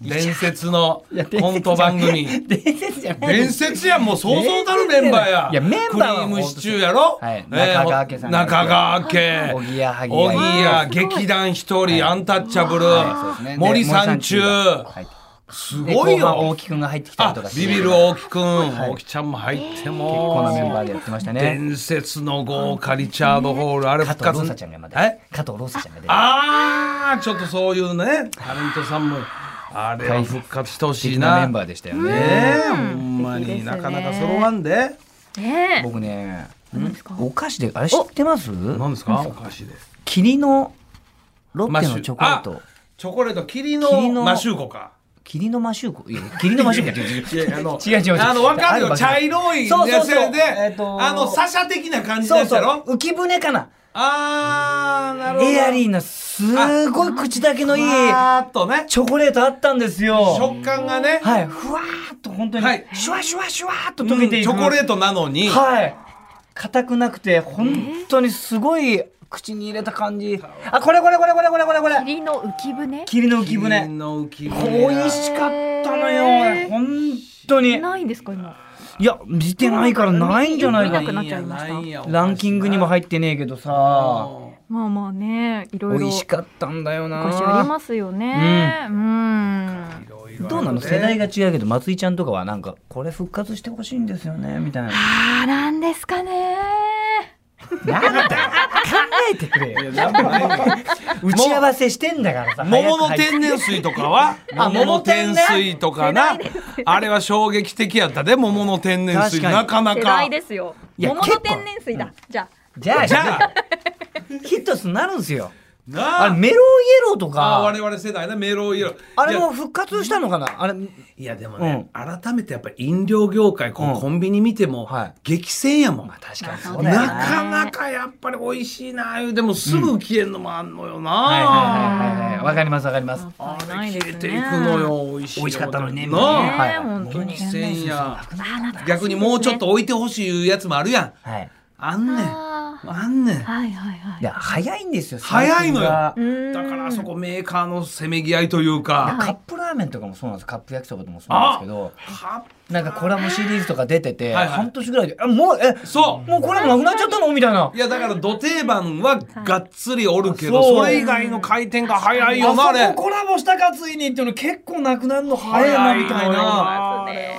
[SPEAKER 1] 伝説のコント番組。
[SPEAKER 2] 伝説じゃない。
[SPEAKER 1] 伝説やんもうそうそうたるメンバーや
[SPEAKER 2] いやメンバーは
[SPEAKER 1] クリームシチューやろ、
[SPEAKER 2] はい
[SPEAKER 1] えー
[SPEAKER 2] 中川家さん
[SPEAKER 1] 中川家
[SPEAKER 2] おぎやはぎ
[SPEAKER 1] おぎや
[SPEAKER 2] あ
[SPEAKER 1] 劇団一人、アンタッチャブル、
[SPEAKER 2] そうですねで
[SPEAKER 1] 森三中、
[SPEAKER 2] はい
[SPEAKER 1] す
[SPEAKER 2] で
[SPEAKER 1] ごい
[SPEAKER 2] 後半
[SPEAKER 1] よ
[SPEAKER 2] 大木くんが入ってきたり
[SPEAKER 1] あ
[SPEAKER 2] とかして。
[SPEAKER 1] ビビる大木くん、大木ちゃんも入って
[SPEAKER 2] こんなメン
[SPEAKER 1] も
[SPEAKER 2] バーでやってました
[SPEAKER 1] う
[SPEAKER 2] ね。
[SPEAKER 1] 伝説の豪華リチャード・ホールあれ
[SPEAKER 2] 加
[SPEAKER 1] 復
[SPEAKER 2] 藤ロ
[SPEAKER 1] 活
[SPEAKER 2] ーサちゃんがまだ
[SPEAKER 1] え。
[SPEAKER 2] 加藤ローサちゃんが出て。
[SPEAKER 1] あーちょっとそういうねタレントさんもあれは復活してほしい
[SPEAKER 2] 的
[SPEAKER 1] な
[SPEAKER 2] なメンバーでしたよ
[SPEAKER 1] ね
[SPEAKER 2] ね。
[SPEAKER 1] えほんま
[SPEAKER 3] 素敵
[SPEAKER 1] に
[SPEAKER 3] ですね
[SPEAKER 1] なかなか揃わんで。
[SPEAKER 3] ね
[SPEAKER 2] 僕ね、お菓子であれ知ってます？
[SPEAKER 1] なんですかお菓子で。
[SPEAKER 2] 霧のロッテのチョコレー
[SPEAKER 1] マッシュ
[SPEAKER 2] ト。
[SPEAKER 1] チョコレート、霧
[SPEAKER 2] 霧
[SPEAKER 1] の
[SPEAKER 2] の
[SPEAKER 1] マシューコか。
[SPEAKER 2] 霧のマシューコ。いや霧のマシューコって違う。
[SPEAKER 1] いやいやあの
[SPEAKER 2] <laughs> 違う違う違う
[SPEAKER 1] あの、わかる
[SPEAKER 2] あ
[SPEAKER 1] よ。
[SPEAKER 2] る
[SPEAKER 1] 茶色い
[SPEAKER 2] そうそう
[SPEAKER 1] や
[SPEAKER 2] そう
[SPEAKER 1] つやで、
[SPEAKER 2] えっと
[SPEAKER 1] あの、サシャ的な <laughs> 感じの
[SPEAKER 2] そ
[SPEAKER 1] や
[SPEAKER 2] う
[SPEAKER 1] つや
[SPEAKER 2] そう
[SPEAKER 1] ろ
[SPEAKER 2] 浮き舟かな。
[SPEAKER 1] あー、なるほど。
[SPEAKER 2] エアリーなすごい口だけのいい
[SPEAKER 1] パーっとね、
[SPEAKER 2] チョコレートあったんですよ。
[SPEAKER 1] 食感がね、
[SPEAKER 2] はい、ふわーっと本当に、
[SPEAKER 1] はい
[SPEAKER 2] シュワシュワシュワーっと
[SPEAKER 1] う
[SPEAKER 2] 溶
[SPEAKER 1] ん
[SPEAKER 2] け
[SPEAKER 1] チ
[SPEAKER 2] ていく。
[SPEAKER 1] ョコレートなのに、
[SPEAKER 2] はい。硬くなくて本当にすごい口に入れた感じ。あこれこれこれこれこれこれこ
[SPEAKER 3] え
[SPEAKER 2] れ。
[SPEAKER 3] 霧の浮き舟
[SPEAKER 2] 霧の浮き
[SPEAKER 1] 霧
[SPEAKER 2] 舟。
[SPEAKER 1] の浮き
[SPEAKER 2] 美
[SPEAKER 1] 舟や
[SPEAKER 2] 味しかったのよ。本当に。
[SPEAKER 3] ないんですか今
[SPEAKER 2] いや見てないからないんじゃないか
[SPEAKER 3] 見なくなっちゃいました
[SPEAKER 1] んやなんや
[SPEAKER 2] ランキングにも入ってねえけどさ。
[SPEAKER 3] まあまあねいろい
[SPEAKER 2] 美
[SPEAKER 3] ろ
[SPEAKER 2] 味しかったんだよな。
[SPEAKER 3] 昔ありますよねうん
[SPEAKER 1] いろいろあるね
[SPEAKER 2] どうなの世代が違うけど松井ちゃんとかはなんかこれ復活してほしいんですよねみた
[SPEAKER 1] <laughs>
[SPEAKER 2] いな。
[SPEAKER 3] あーなんですかね
[SPEAKER 2] なんだよ考えてくれよ。
[SPEAKER 1] なんもないよ
[SPEAKER 2] <laughs> 打ち合わせしてんだからさ。
[SPEAKER 1] 桃の
[SPEAKER 2] 早く入って
[SPEAKER 1] 天然水とかは
[SPEAKER 2] あ
[SPEAKER 1] 桃の天水とか
[SPEAKER 2] <laughs>
[SPEAKER 1] な、あれは衝撃的やったで桃の天然水
[SPEAKER 2] 確かに
[SPEAKER 1] なかな
[SPEAKER 3] 世
[SPEAKER 1] か
[SPEAKER 3] 代ですよ
[SPEAKER 2] いや
[SPEAKER 3] 桃
[SPEAKER 2] 結
[SPEAKER 3] の
[SPEAKER 2] 構
[SPEAKER 3] 天然水だじゃ
[SPEAKER 2] じゃあ
[SPEAKER 1] じゃあ
[SPEAKER 2] ヒットスになるんですよ。
[SPEAKER 1] な
[SPEAKER 2] あ
[SPEAKER 1] あ
[SPEAKER 2] れメロンイエローと
[SPEAKER 1] あ我
[SPEAKER 2] か。
[SPEAKER 1] 々世代ねメロイエロー
[SPEAKER 2] あれも復活したのかなあれ
[SPEAKER 1] いやでもね、改めてやっぱり飲料業界こう、
[SPEAKER 2] うん
[SPEAKER 1] コンビニ見ても、
[SPEAKER 2] はい
[SPEAKER 1] 激戦やもん、
[SPEAKER 2] 確かに
[SPEAKER 3] そ
[SPEAKER 2] そうう
[SPEAKER 3] だ
[SPEAKER 2] だ
[SPEAKER 3] よ
[SPEAKER 2] よ
[SPEAKER 1] な
[SPEAKER 3] ね
[SPEAKER 2] な。
[SPEAKER 1] かなかやっぱり美味しいなあいうでもすぐ消えんのもあんのよな、
[SPEAKER 2] はいはいはいはいはい。わかりますわかります。
[SPEAKER 3] あ
[SPEAKER 1] あ
[SPEAKER 3] ない
[SPEAKER 1] れ
[SPEAKER 3] で
[SPEAKER 1] 消
[SPEAKER 3] すね
[SPEAKER 1] えていくのよ美味しい
[SPEAKER 2] 美味しかったのに
[SPEAKER 1] な
[SPEAKER 2] ねみた
[SPEAKER 1] あ
[SPEAKER 2] いな
[SPEAKER 3] あ
[SPEAKER 2] ね
[SPEAKER 3] ね
[SPEAKER 2] はい
[SPEAKER 3] 本当に
[SPEAKER 1] 激戦や
[SPEAKER 3] あー懐かしい
[SPEAKER 1] 逆にもうちょっと置いてほしいやつもあるやん
[SPEAKER 2] はい。
[SPEAKER 1] あんねん
[SPEAKER 3] あ
[SPEAKER 1] あんねん
[SPEAKER 3] ーはいはいはい
[SPEAKER 2] いや早いんですよ。
[SPEAKER 1] 早いのよ
[SPEAKER 2] 最近は
[SPEAKER 3] うーん
[SPEAKER 1] だからあそこメーカーのせめぎ合いという
[SPEAKER 2] いや
[SPEAKER 1] か、
[SPEAKER 2] カップラーメンとかもそうなんです。カップ焼きそばとかもそうなんですけど。
[SPEAKER 1] は
[SPEAKER 2] なんかコラボシリーズとか出てて、
[SPEAKER 1] はいはい
[SPEAKER 2] 半年ぐらいで、あもう、え、
[SPEAKER 1] そう
[SPEAKER 2] もうこれなくなっちゃったのみたいな。
[SPEAKER 1] いやだから土定番はがっつりおるけど
[SPEAKER 2] あそう
[SPEAKER 1] それ以外の回転が早いよなあ
[SPEAKER 2] あ
[SPEAKER 1] れ
[SPEAKER 2] そこコラボしたかついにっていうの結構なくなるの早いなみたいな。
[SPEAKER 1] 早い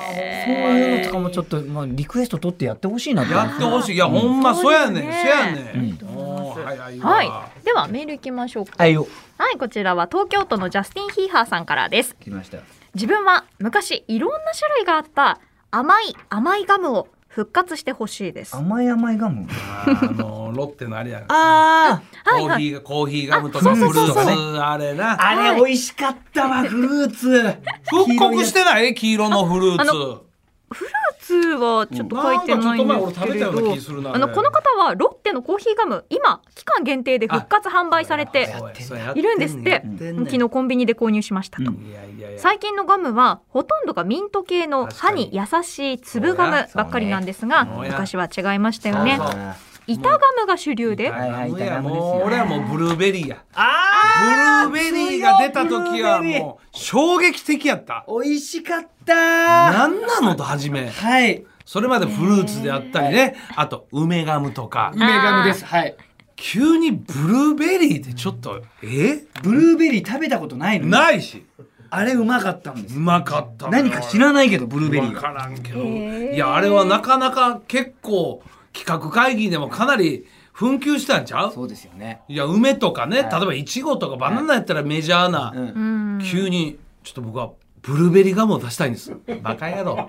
[SPEAKER 2] そういうのとかもちょっと、まあ、リクエスト取ってやってほしいなって
[SPEAKER 1] やってほしいいやほんま
[SPEAKER 3] そ
[SPEAKER 1] そうう
[SPEAKER 3] で
[SPEAKER 1] や
[SPEAKER 3] す
[SPEAKER 1] ね
[SPEAKER 3] ね
[SPEAKER 1] んそうやねん
[SPEAKER 3] うん
[SPEAKER 1] おー早いわ
[SPEAKER 3] はいではメール行きましょうか
[SPEAKER 2] はいよ。
[SPEAKER 3] はいこちらは東京都のジャスティン・ヒーハーさんからです
[SPEAKER 2] 来ましたよ。
[SPEAKER 3] 自分は昔いろんな種類があった甘い甘いガムを復活してほしいです
[SPEAKER 2] 甘い甘いガム。
[SPEAKER 1] あのロッテのあれや
[SPEAKER 2] ああ、
[SPEAKER 1] コ
[SPEAKER 3] <laughs> はい
[SPEAKER 1] ー
[SPEAKER 3] は
[SPEAKER 1] ヒ
[SPEAKER 3] い
[SPEAKER 1] ーがコーヒーガムと
[SPEAKER 3] あ
[SPEAKER 1] かフル
[SPEAKER 3] そうそう
[SPEAKER 1] ー
[SPEAKER 3] そう
[SPEAKER 1] ツ
[SPEAKER 3] そう
[SPEAKER 1] あれな
[SPEAKER 2] あ
[SPEAKER 3] は
[SPEAKER 2] れ
[SPEAKER 3] い
[SPEAKER 2] 美味しかった
[SPEAKER 3] <laughs>
[SPEAKER 2] わ、フルーツ。
[SPEAKER 1] 復刻してない黄色のフルー
[SPEAKER 3] ああ
[SPEAKER 1] ツ
[SPEAKER 3] 普通はちょっと書いてないんで
[SPEAKER 1] なんかちょっと
[SPEAKER 3] すけれ
[SPEAKER 1] 前俺食べたような
[SPEAKER 3] ど
[SPEAKER 1] 気するな
[SPEAKER 3] あのこの方はロッテのコーヒーガム今期間限定で復活販売されて
[SPEAKER 1] そうやそうや
[SPEAKER 3] いるんですって
[SPEAKER 1] やてんねん
[SPEAKER 3] 昨日コンビニで購入しましたと、
[SPEAKER 2] うん
[SPEAKER 1] いやいやいや
[SPEAKER 3] 最近のガムはほとんどがミント系の歯に優しい粒ガムばっかりなんですが
[SPEAKER 1] そうや
[SPEAKER 3] 昔は違いましたよね
[SPEAKER 1] そうそう
[SPEAKER 3] 板ガムが主流で
[SPEAKER 2] 板はいはい
[SPEAKER 1] もうや
[SPEAKER 2] ダメですよ
[SPEAKER 1] もう俺はもうブルーベリーや
[SPEAKER 2] ああ
[SPEAKER 1] ブルーベリーが出た時はもう衝撃的やった
[SPEAKER 2] う。美味しかった
[SPEAKER 1] なんなのと初め
[SPEAKER 2] はい。
[SPEAKER 1] それまでフルーツであったりねあと梅ガムとか
[SPEAKER 2] 梅ガムです。はい。
[SPEAKER 1] 急にブルーベリーってちょっとえ
[SPEAKER 2] ブルーベリー食べたことないのに
[SPEAKER 1] ないし
[SPEAKER 2] あれうまかったんです
[SPEAKER 1] う。まかった
[SPEAKER 2] 何か知
[SPEAKER 1] ん
[SPEAKER 2] らないけど、ブルーベリ
[SPEAKER 1] 分
[SPEAKER 2] ーが。
[SPEAKER 1] からんけど
[SPEAKER 3] へー
[SPEAKER 1] いやあれはなかなか結構企画会議でもかなり紛糾したんちゃう
[SPEAKER 2] うですよね。
[SPEAKER 1] いや梅とかね例
[SPEAKER 2] は
[SPEAKER 1] え
[SPEAKER 2] い
[SPEAKER 1] ばイチゴとかバナナやったらメジャーな、
[SPEAKER 2] う。
[SPEAKER 3] うんん
[SPEAKER 1] 急に
[SPEAKER 2] <laughs>
[SPEAKER 1] <laughs> ちょっと僕はブルーベリーガムを出したいんです。バカ野郎。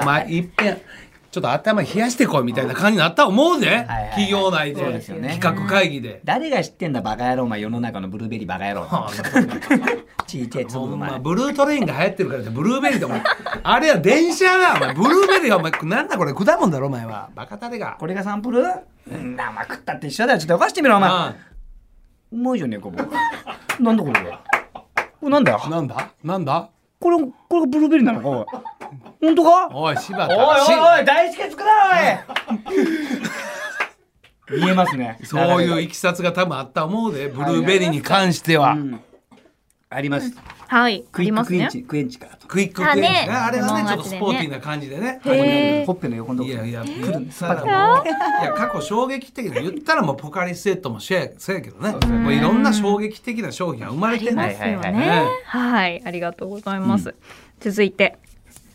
[SPEAKER 1] お前いっぺんちょっと頭冷やしてこいみたいな感じになったと思うね
[SPEAKER 2] はいはい
[SPEAKER 1] 企業内
[SPEAKER 2] そう
[SPEAKER 1] で
[SPEAKER 2] ですよね
[SPEAKER 1] 企画会議
[SPEAKER 2] <laughs>
[SPEAKER 1] で。
[SPEAKER 2] 誰が知ってんだバカ野郎お前世の中のブルーベリーバカ野郎
[SPEAKER 1] は
[SPEAKER 2] ちいちゃい
[SPEAKER 1] あほ
[SPEAKER 2] 粒
[SPEAKER 1] ん
[SPEAKER 2] お
[SPEAKER 1] ま
[SPEAKER 2] 前
[SPEAKER 1] ブルートレインが流行ってるからってブルーベリーだお前あれは電車だお前ブルーベリーはお前なんだこれ果物だろお前はバカタレが
[SPEAKER 2] これがサンプルうんだまあ食ったって一緒だよちょっと動かしてみろお前
[SPEAKER 1] あ
[SPEAKER 2] うまいじゃねえかこれなんだこれこれなんだよ
[SPEAKER 1] あなんだなんだ
[SPEAKER 2] これこれがブルーベリーなのかおい本当か
[SPEAKER 1] おい柴
[SPEAKER 2] おい
[SPEAKER 1] 田
[SPEAKER 2] おいお
[SPEAKER 1] し
[SPEAKER 2] い大助作だおい <laughs> 見えますね
[SPEAKER 1] そういう
[SPEAKER 2] 流れ
[SPEAKER 1] いきさつが多分あった思うでブルーベリーに関して
[SPEAKER 2] が
[SPEAKER 1] は
[SPEAKER 2] うんあります
[SPEAKER 3] はい、あ
[SPEAKER 2] クイ
[SPEAKER 3] り
[SPEAKER 2] ッ
[SPEAKER 3] ま
[SPEAKER 2] ク
[SPEAKER 3] す
[SPEAKER 2] クエン
[SPEAKER 3] ね。
[SPEAKER 2] チクエンチからと
[SPEAKER 1] クイッククエンチね
[SPEAKER 3] あね
[SPEAKER 1] あれはね
[SPEAKER 3] レモン
[SPEAKER 1] ちょ
[SPEAKER 3] 味
[SPEAKER 1] っと
[SPEAKER 3] でね
[SPEAKER 1] スポーティーな感じでね
[SPEAKER 3] へえ
[SPEAKER 2] ほっぺの横のと
[SPEAKER 1] い
[SPEAKER 2] こ
[SPEAKER 1] やいや、ピ
[SPEAKER 2] る
[SPEAKER 1] ッツァラも、いや、過去衝撃的な、言ったらもうポカリスエットもシェア、せやけどね。もういろんな衝撃的な商品が生まれて
[SPEAKER 3] ありま
[SPEAKER 1] ない。
[SPEAKER 3] すよ
[SPEAKER 2] は
[SPEAKER 1] は
[SPEAKER 2] い
[SPEAKER 1] いはい
[SPEAKER 3] ね。はい、ありがとうございます。続いて、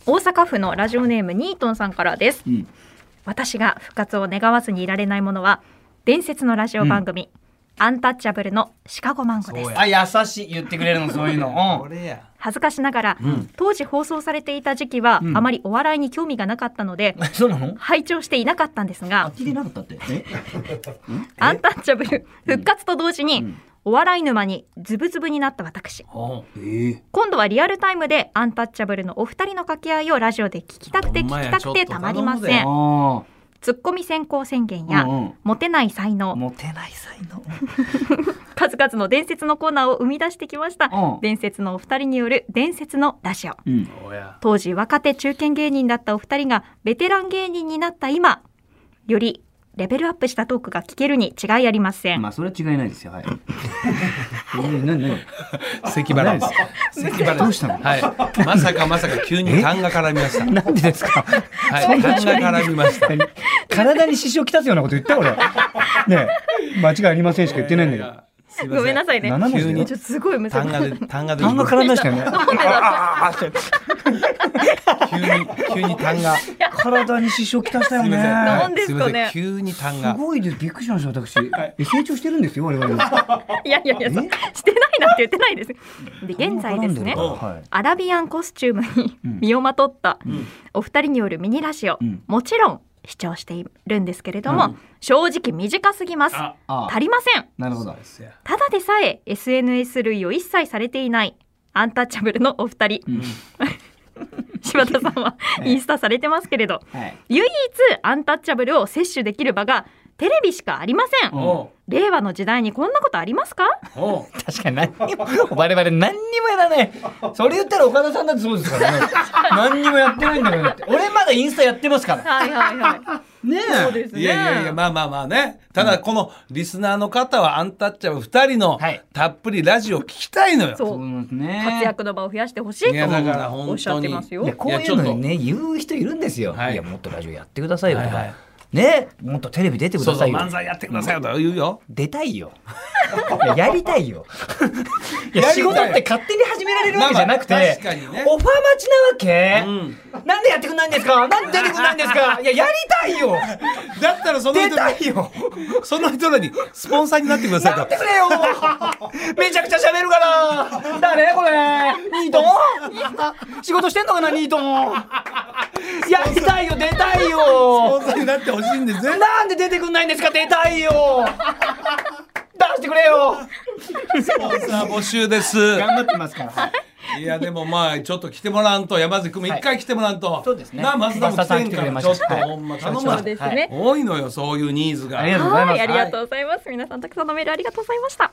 [SPEAKER 3] 大阪府のラジオネームニートンさんからです。
[SPEAKER 2] うん
[SPEAKER 3] 私が復活を願わずにいられないものは、伝説のラジオ番組、アンタッチャブルのシカゴマンゴです
[SPEAKER 1] そう。や
[SPEAKER 2] あ優しい言ってくれるのそういうの
[SPEAKER 1] これや。
[SPEAKER 3] 恥ずかしながら、
[SPEAKER 1] ん
[SPEAKER 3] 当時放送されていた時期は、
[SPEAKER 2] ん
[SPEAKER 3] あまりお笑いに興味がなかったので、
[SPEAKER 2] うんそうなの
[SPEAKER 3] 拝聴していなかったんですが、
[SPEAKER 2] 聞いてなかったってえ
[SPEAKER 3] アンタッチャブル復活と同時に、お笑い沼にズブズブになった私
[SPEAKER 1] ほ
[SPEAKER 2] えー
[SPEAKER 3] 今度はリアルタイムでアンタッチャブルのお二人の掛け合いをラジオで聞きたくて
[SPEAKER 1] ほんま
[SPEAKER 3] 聞
[SPEAKER 1] や
[SPEAKER 3] きたくてたまりま
[SPEAKER 1] ちょっと
[SPEAKER 3] せ
[SPEAKER 1] 頼
[SPEAKER 3] ん
[SPEAKER 2] あ
[SPEAKER 3] ツッコミ先行宣言
[SPEAKER 2] あ
[SPEAKER 3] や、
[SPEAKER 2] うんうん
[SPEAKER 3] モテない才能
[SPEAKER 2] モテない才能
[SPEAKER 3] 数々の伝説のコーナーを生み出してきました
[SPEAKER 2] うん
[SPEAKER 3] 伝説のお二人による伝説のラジオ
[SPEAKER 2] うん
[SPEAKER 1] う。そうや。
[SPEAKER 3] 当時若手中堅芸人だったお二人がベテラン芸人になった今よりレベルアップしたトークが聞けるに違いありません、
[SPEAKER 2] まあそれは違いないですよはいえー何何
[SPEAKER 1] 関原です。
[SPEAKER 2] <laughs>
[SPEAKER 1] 関原
[SPEAKER 2] どうしたの
[SPEAKER 1] はい。まさかまさか急に勘が絡みました。
[SPEAKER 2] なんでですか
[SPEAKER 1] はい。勘が絡みました。
[SPEAKER 2] 体に支障きたすようなこと言った俺ねえ間違いありませんしか言ってないんだけど
[SPEAKER 1] すいませ
[SPEAKER 3] ごめんなさいね
[SPEAKER 2] 七文字だよ
[SPEAKER 3] ちょっとすごい難しい
[SPEAKER 1] 単がで、単がで。
[SPEAKER 2] 単が絡んだしたよね
[SPEAKER 3] <laughs>
[SPEAKER 1] 急に、急に単が。す
[SPEAKER 2] 体に支障きたしたよ
[SPEAKER 1] いません。
[SPEAKER 2] ね
[SPEAKER 1] は
[SPEAKER 3] ないんですかね
[SPEAKER 1] いません急に単
[SPEAKER 2] す
[SPEAKER 1] が。
[SPEAKER 2] ごいですびっくりしました私え成長してるんですよ我々
[SPEAKER 3] <laughs> いやいやいや、そうしてないなんて言ってないです。で、現在ですね
[SPEAKER 2] 絡んるか。らはい
[SPEAKER 3] アラビアンコスチュームに身をまとったお二人によるミニラジオ、
[SPEAKER 2] うん
[SPEAKER 3] もちろん視聴しているんですけれども、正直短すぎます
[SPEAKER 1] あ
[SPEAKER 2] あ
[SPEAKER 3] 足りません
[SPEAKER 2] なるほど
[SPEAKER 1] そうや
[SPEAKER 3] ただでさえ SNS 類を一切されていないアンタッチャブルのお二人、
[SPEAKER 2] ん
[SPEAKER 3] 柴田さん
[SPEAKER 1] <laughs>
[SPEAKER 3] はインスタされてますけれど
[SPEAKER 2] はい
[SPEAKER 3] 唯一アンタッチャブルを摂取できる場がテレビしかありません、
[SPEAKER 2] うん
[SPEAKER 1] おう
[SPEAKER 3] 令和の時代にこんなことありますか
[SPEAKER 1] おう
[SPEAKER 2] 確かに何にも我々何にもやらないそれ言ったら岡田さんだってそうですから
[SPEAKER 3] <laughs>
[SPEAKER 2] ね何にもやってないんだからだって俺まだインスタやってますから
[SPEAKER 3] はいはいはい
[SPEAKER 2] ね
[SPEAKER 3] そうですね
[SPEAKER 1] いやいやいや、まあまあまあね。ただ、このリスナーの方は、アンタッチャブル2人の
[SPEAKER 2] はい、
[SPEAKER 1] たっぷりラジオ聞きたいのよ。
[SPEAKER 3] <laughs> そう
[SPEAKER 2] そうですね
[SPEAKER 3] 活躍の場を増やしてほしい
[SPEAKER 1] いや
[SPEAKER 3] と
[SPEAKER 1] だから本当に
[SPEAKER 3] おっしゃってますよ
[SPEAKER 2] いや。こういうのにね言う人いるんですよ、
[SPEAKER 1] はい
[SPEAKER 2] い、やもっとラジオやってくださいよとか、
[SPEAKER 1] はいはい
[SPEAKER 2] ねもっとテレビ出てく
[SPEAKER 1] そ
[SPEAKER 2] だ
[SPEAKER 1] うそ
[SPEAKER 2] さ
[SPEAKER 1] う
[SPEAKER 2] いよ
[SPEAKER 1] 漫才やってくださいよと言うよ。
[SPEAKER 2] 出たいよいややりたいよいや
[SPEAKER 1] やりたい
[SPEAKER 2] 仕事って勝手に始められるわけじゃなくて、
[SPEAKER 1] まあまあ確かにね
[SPEAKER 2] オファー待ちなわけ、
[SPEAKER 1] う
[SPEAKER 2] なんでやってくんないんですかなんで出てくんないんです <laughs> かいややりたいよ
[SPEAKER 1] だったらその
[SPEAKER 2] 出
[SPEAKER 1] 人
[SPEAKER 2] た
[SPEAKER 1] ら
[SPEAKER 2] いよ
[SPEAKER 1] その人らにスポンサーになってください
[SPEAKER 2] や
[SPEAKER 1] と
[SPEAKER 2] って。くれよめちゃくちゃ喋るから誰これニートン仕事してんのかなニートンやりたいよ出たい
[SPEAKER 1] スポン
[SPEAKER 2] よ
[SPEAKER 1] サーになってほしいんですね。
[SPEAKER 2] なんで出てくんないんですか出たいよ出してくれよ
[SPEAKER 1] スポンサー募集です。
[SPEAKER 2] 張ってますから、
[SPEAKER 1] いやでもまあちょっと来てもらんと山崎君も一回来てもらんと。
[SPEAKER 2] そうですね
[SPEAKER 1] なあ松田も来てんか
[SPEAKER 2] 松
[SPEAKER 1] らちょ
[SPEAKER 2] 田
[SPEAKER 1] っと
[SPEAKER 2] さん来てくれましたはい
[SPEAKER 1] ほんま頼む
[SPEAKER 3] そ
[SPEAKER 1] わ
[SPEAKER 3] う。です
[SPEAKER 2] は
[SPEAKER 3] ね。
[SPEAKER 1] 多いのよそういうニーズが。
[SPEAKER 2] ありがとうございます
[SPEAKER 3] はい、ありがとうございます。皆さんたくさんのメールありがとうございました。